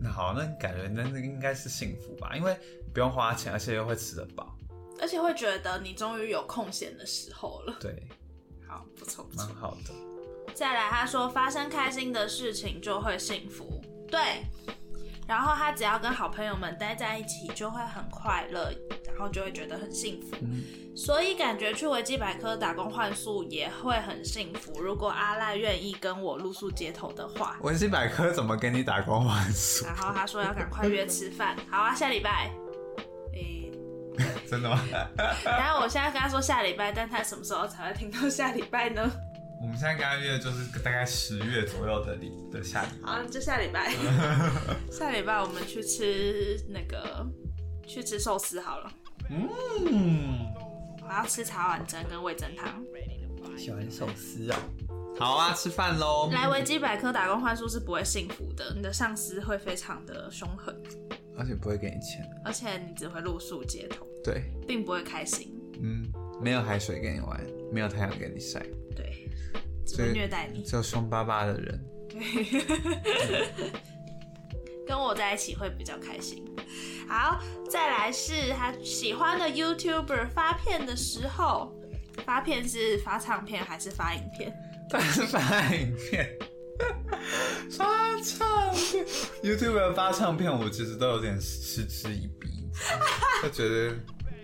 Speaker 1: 那好，那感觉那那应该是幸福吧，因为不用花钱，而且又会吃得饱，
Speaker 3: 而且会觉得你终于有空闲的时候了。
Speaker 1: 对，
Speaker 3: 好，不错不
Speaker 1: 蛮
Speaker 3: 错。
Speaker 1: 好的。
Speaker 3: 再来，他说发生开心的事情就会幸福，对。然后他只要跟好朋友们待在一起，就会很快乐，然后就会觉得很幸福。所以感觉去维基百科打工换宿也会很幸福。如果阿赖愿意跟我露宿街头的话，
Speaker 1: 维基百科怎么给你打工换宿？
Speaker 3: 然后他说要赶快约吃饭，好啊，下礼拜。诶、
Speaker 1: 真的吗？
Speaker 3: 然后我现在跟他说下礼拜，但他什么时候才会听到下礼 拜呢？
Speaker 1: 我们现在刚刚约的就是大概十月左右的礼的下礼拜
Speaker 3: 好，就下礼 拜，下礼拜我们去吃那个去吃寿司好了。
Speaker 1: 嗯，
Speaker 3: 我要吃茶碗蒸跟味噌汤。
Speaker 1: 喜欢寿司哦。好啊，吃饭喽。
Speaker 3: 来维基百科打工换宿是不会幸福的，你的上司会非常的凶狠，
Speaker 1: 而且不会给你钱。
Speaker 3: 而且你只会露宿街头，
Speaker 1: 对，
Speaker 3: 并不会开心。
Speaker 1: 嗯，没有海水给你玩，没有太阳给你晒，
Speaker 3: 对，只
Speaker 1: 所
Speaker 3: 会
Speaker 1: 以
Speaker 3: 虐待你。
Speaker 1: 只有凶巴巴的人。
Speaker 3: 跟我在一起会比较开心。好，再来是他喜欢的 YouTuber 发片的时候，发片是发唱片还是发影片？
Speaker 1: 但是发影 片，发唱片，YouTube 发唱片，我其实都有点嗤之以 鼻，就觉得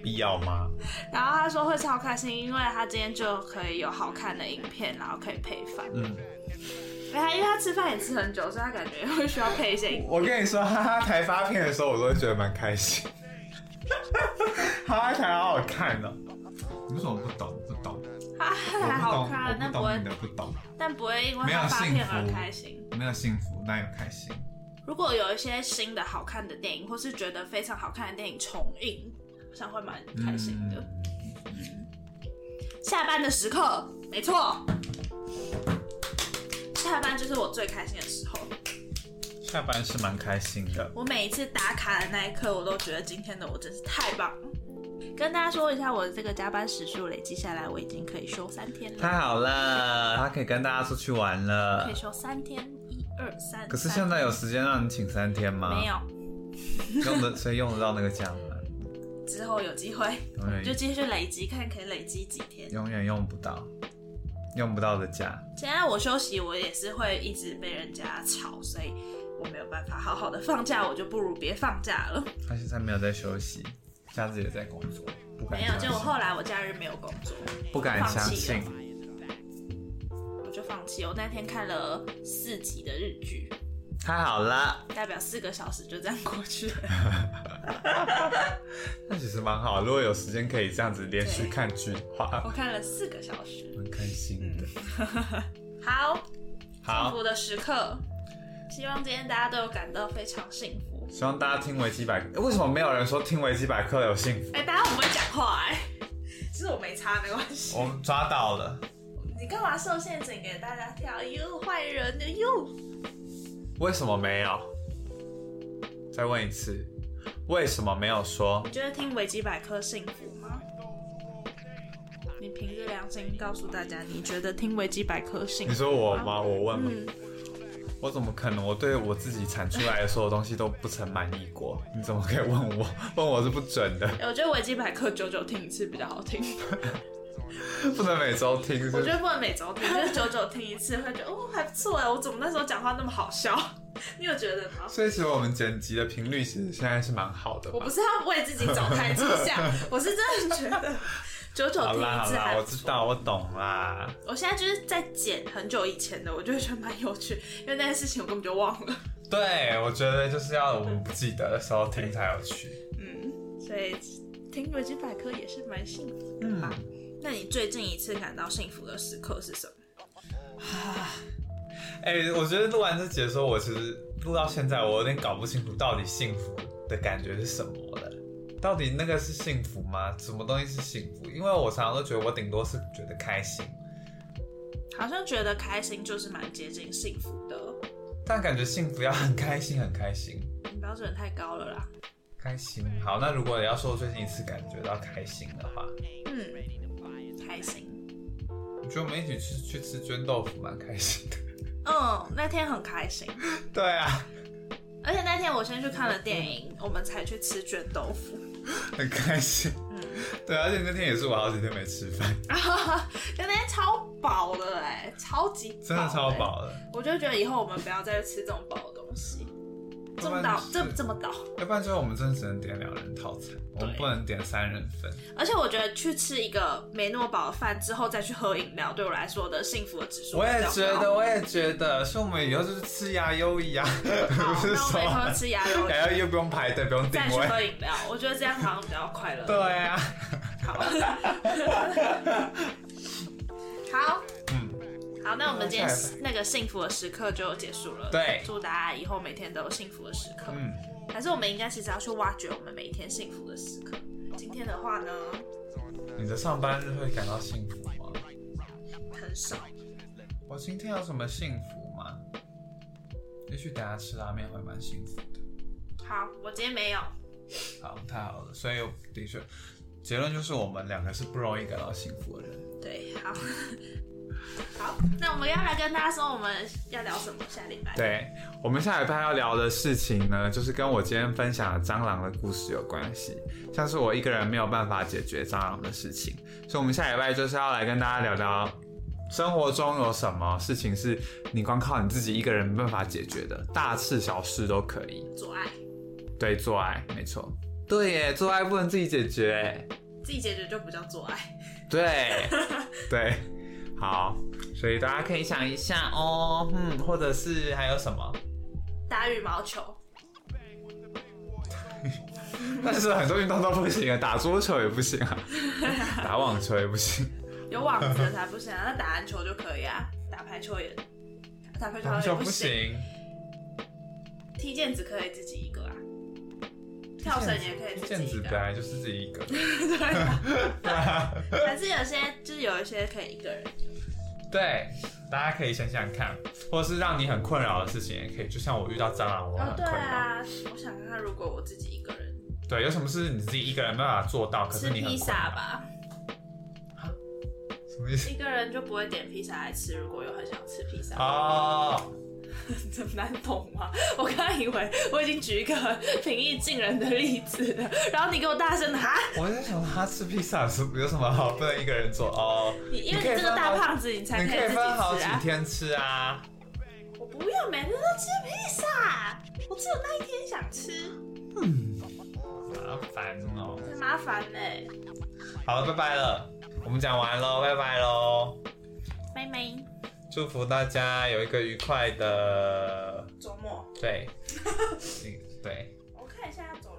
Speaker 1: 必要吗？
Speaker 3: 然后他说会超开心，因为他今天就可以有好看的影片，然后可以配饭。
Speaker 1: 嗯，
Speaker 3: 因为他因为他吃饭也吃很久，所以他感觉会需要配一些 影。
Speaker 1: 我跟你说，哈哈台发片的时候，我都会觉得蛮开心。 哈哈台好好看哦。你为什么不懂？不懂？
Speaker 3: 他还好看，但不会，
Speaker 1: 不懂，
Speaker 3: 但不会因为
Speaker 1: 没有
Speaker 3: 他发
Speaker 1: 幸
Speaker 3: 片而
Speaker 1: 福
Speaker 3: 开心。
Speaker 1: 没有幸福，但有开心。
Speaker 3: 如果有一些新的好看的电影，或是觉得非常好看的电影重映，好像会蛮开心的。
Speaker 1: 嗯
Speaker 3: 下班的时刻，没错，下班就是我最开心的时候。
Speaker 1: 下班是蛮开心的。
Speaker 3: 我每一次打卡的那一刻，我都觉得今天的我真是太棒了。跟大家说一下，我的这个加班时数累积下来，我已经可以休三天了，
Speaker 1: 太好了，他可以跟大家出去玩了
Speaker 3: 可以。休三天，一二三。
Speaker 1: 可是
Speaker 3: 三
Speaker 1: 现在有时间让你请三天吗？
Speaker 3: 没，有，
Speaker 1: 用得所以用得到那个 假吗？
Speaker 3: 之后有机会
Speaker 1: 永远
Speaker 3: 就继续累积，看可以累积几天。
Speaker 1: 永远用不到，用不到的假。
Speaker 3: 现在我休息，我也是会一直被人家吵，所以我没有办法好好的放假，我就不如别放假了。
Speaker 1: 他现在没有在休息，假日也在工作，不敢
Speaker 3: 没有，
Speaker 1: 相
Speaker 3: 就
Speaker 1: 信
Speaker 3: 我后来我假日没有工作，
Speaker 1: 不敢相信
Speaker 3: 放。我就放弃。我那天看了四集的日剧，
Speaker 1: 太好了，
Speaker 3: 代表四个小时就这样过去了。
Speaker 1: 那其实蛮好。如果有时间可以这样子连续
Speaker 3: 对
Speaker 1: 看剧的话
Speaker 3: 我，看了四个小时。
Speaker 1: 蛮开心的。
Speaker 3: 好，嗯幸
Speaker 1: 好
Speaker 3: 福，的时刻，希望今天大家都有感到非常幸福。
Speaker 1: 希望大家听维基百科。为什么没有人说听维基百科有幸福？
Speaker 3: 哎、大家很会讲话哎、其实我没差，没关系。
Speaker 1: 我们抓到了。
Speaker 3: 你干嘛受陷阱给大家跳？哟，坏人的哟！
Speaker 1: 为什么没有？再问一次，为什么没有说
Speaker 3: 你？觉得听维基百科幸福吗？你凭着良心告诉大家，你觉得听维基百科幸
Speaker 1: 你
Speaker 3: 福？
Speaker 1: 说我吗？我问吗？
Speaker 3: 嗯，
Speaker 1: 我怎么可能？我对我自己产出来的所有东西都不曾满意过。你怎么可以问我？ 问我是不准的，
Speaker 3: 欸我觉得维基百科久久听一次比较好听。 嗯
Speaker 1: 不能每周听是不
Speaker 3: 我
Speaker 1: 是
Speaker 3: 觉得不能每周听，就是久久听一次，会觉得哦还不错哎，我怎么那时候讲话那么好 笑？你有觉得吗？
Speaker 1: 所以其实我们剪辑的频率其实现在是蛮好的
Speaker 3: 我
Speaker 1: 嘛
Speaker 3: 不。是要为自己找台阶 下，我是真的觉得久久
Speaker 1: 好
Speaker 3: 听
Speaker 1: 啦
Speaker 3: 一
Speaker 1: 好
Speaker 3: 次
Speaker 1: 啦，
Speaker 3: 还
Speaker 1: 我
Speaker 3: 不
Speaker 1: 知
Speaker 3: 错。
Speaker 1: 道，我懂啦。
Speaker 3: 我现在就是在剪很久以前的，我就会觉得蛮有趣，因为那件事情我根本就忘了。
Speaker 1: 对，我觉得就是要我们不记得的时候听才有趣。
Speaker 3: 嗯，所以听维基百科也是蛮幸福的吧？那你最近一次感到幸福的时刻是什么？
Speaker 1: 哎、我觉得录完这集的时候，我其实录到现在，我有点搞不清楚到底幸福的感觉是什么了。到底那个是幸福吗？什么东西是幸福？因为我常常都觉得我顶多是觉得开心，
Speaker 3: 好像觉得开心就是蛮接近幸福的，
Speaker 1: 但感觉幸福要很开心，很开心，
Speaker 3: 你标准太高了啦。
Speaker 1: 开心。好，那如果你要说最近一次感觉到开心的话，
Speaker 3: 嗯，开心。
Speaker 1: 我觉得我们一起去去吃绢豆腐蛮开心的。
Speaker 3: 嗯，那天很开心，
Speaker 1: 对啊，
Speaker 3: 而且那天我先去看了电影，我们才去吃卷豆腐。
Speaker 1: 很开心。
Speaker 3: 嗯
Speaker 1: 对啊，而且那天也是我好几天没吃饭，
Speaker 3: 那天超饱的哎、超级饱
Speaker 1: 真的超
Speaker 3: 欸。
Speaker 1: 饱了。
Speaker 3: 我就觉得以后我们不要再吃这种饱的东西，这么倒，这这么倒。
Speaker 1: 要不然最后我们真的只能点两人套餐，我们
Speaker 3: 对
Speaker 1: 不能点三人份。
Speaker 3: 而且我觉得去吃一个没那么饱的饭之后再去喝饮料，对我来说的幸福的指数
Speaker 1: 我
Speaker 3: 比较高。
Speaker 1: 也觉得，我也觉得，所以我们以后就是吃牙优一 啊，
Speaker 3: 好，
Speaker 1: 不是
Speaker 3: 那我
Speaker 1: 说
Speaker 3: 们以后吃牙 油
Speaker 1: 牙优哎又不用排队，不用定
Speaker 3: 再去
Speaker 1: 位。
Speaker 3: 喝饮料，我觉得这样好像比较快乐。
Speaker 1: 对啊，
Speaker 3: 好，好，嗯，好，那我们今天那个幸福的时刻就结束了。
Speaker 1: 对
Speaker 3: 祝大家以后每天都有幸福的时刻。
Speaker 1: 嗯，
Speaker 3: 还是我们应该其实要去挖掘我们每一天幸福的时刻。今天的话呢，
Speaker 1: 你的上班日会感到幸福吗？
Speaker 3: 很少，
Speaker 1: 我今天有什么幸福吗？也许等下吃拉面会蛮幸福的。
Speaker 3: 好，我今天没有，
Speaker 1: 好，太好了，所以我的确，结论就是我们两个是不容易感到幸福的人。
Speaker 3: 对，好。好，那我们要来跟大家说我们要聊什么，下礼拜。
Speaker 1: 对我们下礼拜要聊的事情呢，就是跟我今天分享的蟑螂的故事有关系。像是我一个人没有办法解决蟑螂的事情，所以我们下礼拜就是要来跟大家聊聊生活中有什么事情是你光靠你自己一个人没办法解决的，大事小事都可以。
Speaker 3: 做爱，
Speaker 1: 对，做爱，没错。对耶，做爱不能自己解决耶。
Speaker 3: 自己解决就不叫做爱。
Speaker 1: 对，对，好，所以大家可以想一下哦，嗯，或者是还有什么？
Speaker 3: 打羽毛球，
Speaker 1: 但是很多运动都不行啊，打桌球也不行 啊，打网球也不行，
Speaker 3: 有网子的才不行啊，那打篮球就可以啊，打排球也，打排球好
Speaker 1: 网
Speaker 3: 像
Speaker 1: 球
Speaker 3: 也
Speaker 1: 不
Speaker 3: 行，
Speaker 1: 行，
Speaker 3: 踢毽子可以自己一个啊，跳绳也可以自
Speaker 1: 毽
Speaker 3: 己一
Speaker 1: 子
Speaker 3: 个
Speaker 1: 本
Speaker 3: 啊，
Speaker 1: 来就是自己一个，
Speaker 3: 对啊， 还是有些就是有一些可以一个人，
Speaker 1: 对，大家可以想想看，或是让你很困扰的事情也可以，就像我遇到蟑螂，我
Speaker 3: 哦
Speaker 1: 很
Speaker 3: 对
Speaker 1: 困扰，
Speaker 3: 啊，我想看看如果我自己一个人
Speaker 1: 对，有什么事你自己一个人没办法做到，可
Speaker 3: 吃
Speaker 1: 是你
Speaker 3: 披
Speaker 1: 很困
Speaker 3: 萨
Speaker 1: 扰，
Speaker 3: 吧，
Speaker 1: 什么意思？
Speaker 3: 一个人就不会点披萨来吃，如果有很想吃披萨，
Speaker 1: 哦，
Speaker 3: 这么难懂吗？我刚刚以为我已经举一个很平易近人的例子 了，然后你给我大声的哈。
Speaker 1: 我在想他吃披萨是有什么好不能一个人做哦，
Speaker 3: 你因为
Speaker 1: 你可以
Speaker 3: 你这个
Speaker 1: 分
Speaker 3: 大
Speaker 1: 好
Speaker 3: 胖子，你才
Speaker 1: 你
Speaker 3: 可
Speaker 1: 可
Speaker 3: 以自
Speaker 1: 以
Speaker 3: 己
Speaker 1: 分好
Speaker 3: 吃
Speaker 1: 几
Speaker 3: 啊！
Speaker 1: 天吃啊。
Speaker 3: 我不要每天都吃披萨，我只有那一天想吃，
Speaker 1: 麻烦哦。
Speaker 3: 很麻烦呢、
Speaker 1: 好了，拜拜了，我们讲完喽，拜拜喽。
Speaker 3: 妹妹，
Speaker 1: 祝福大家有一个愉快的
Speaker 3: 周末
Speaker 1: 对，对，
Speaker 3: 我看一下周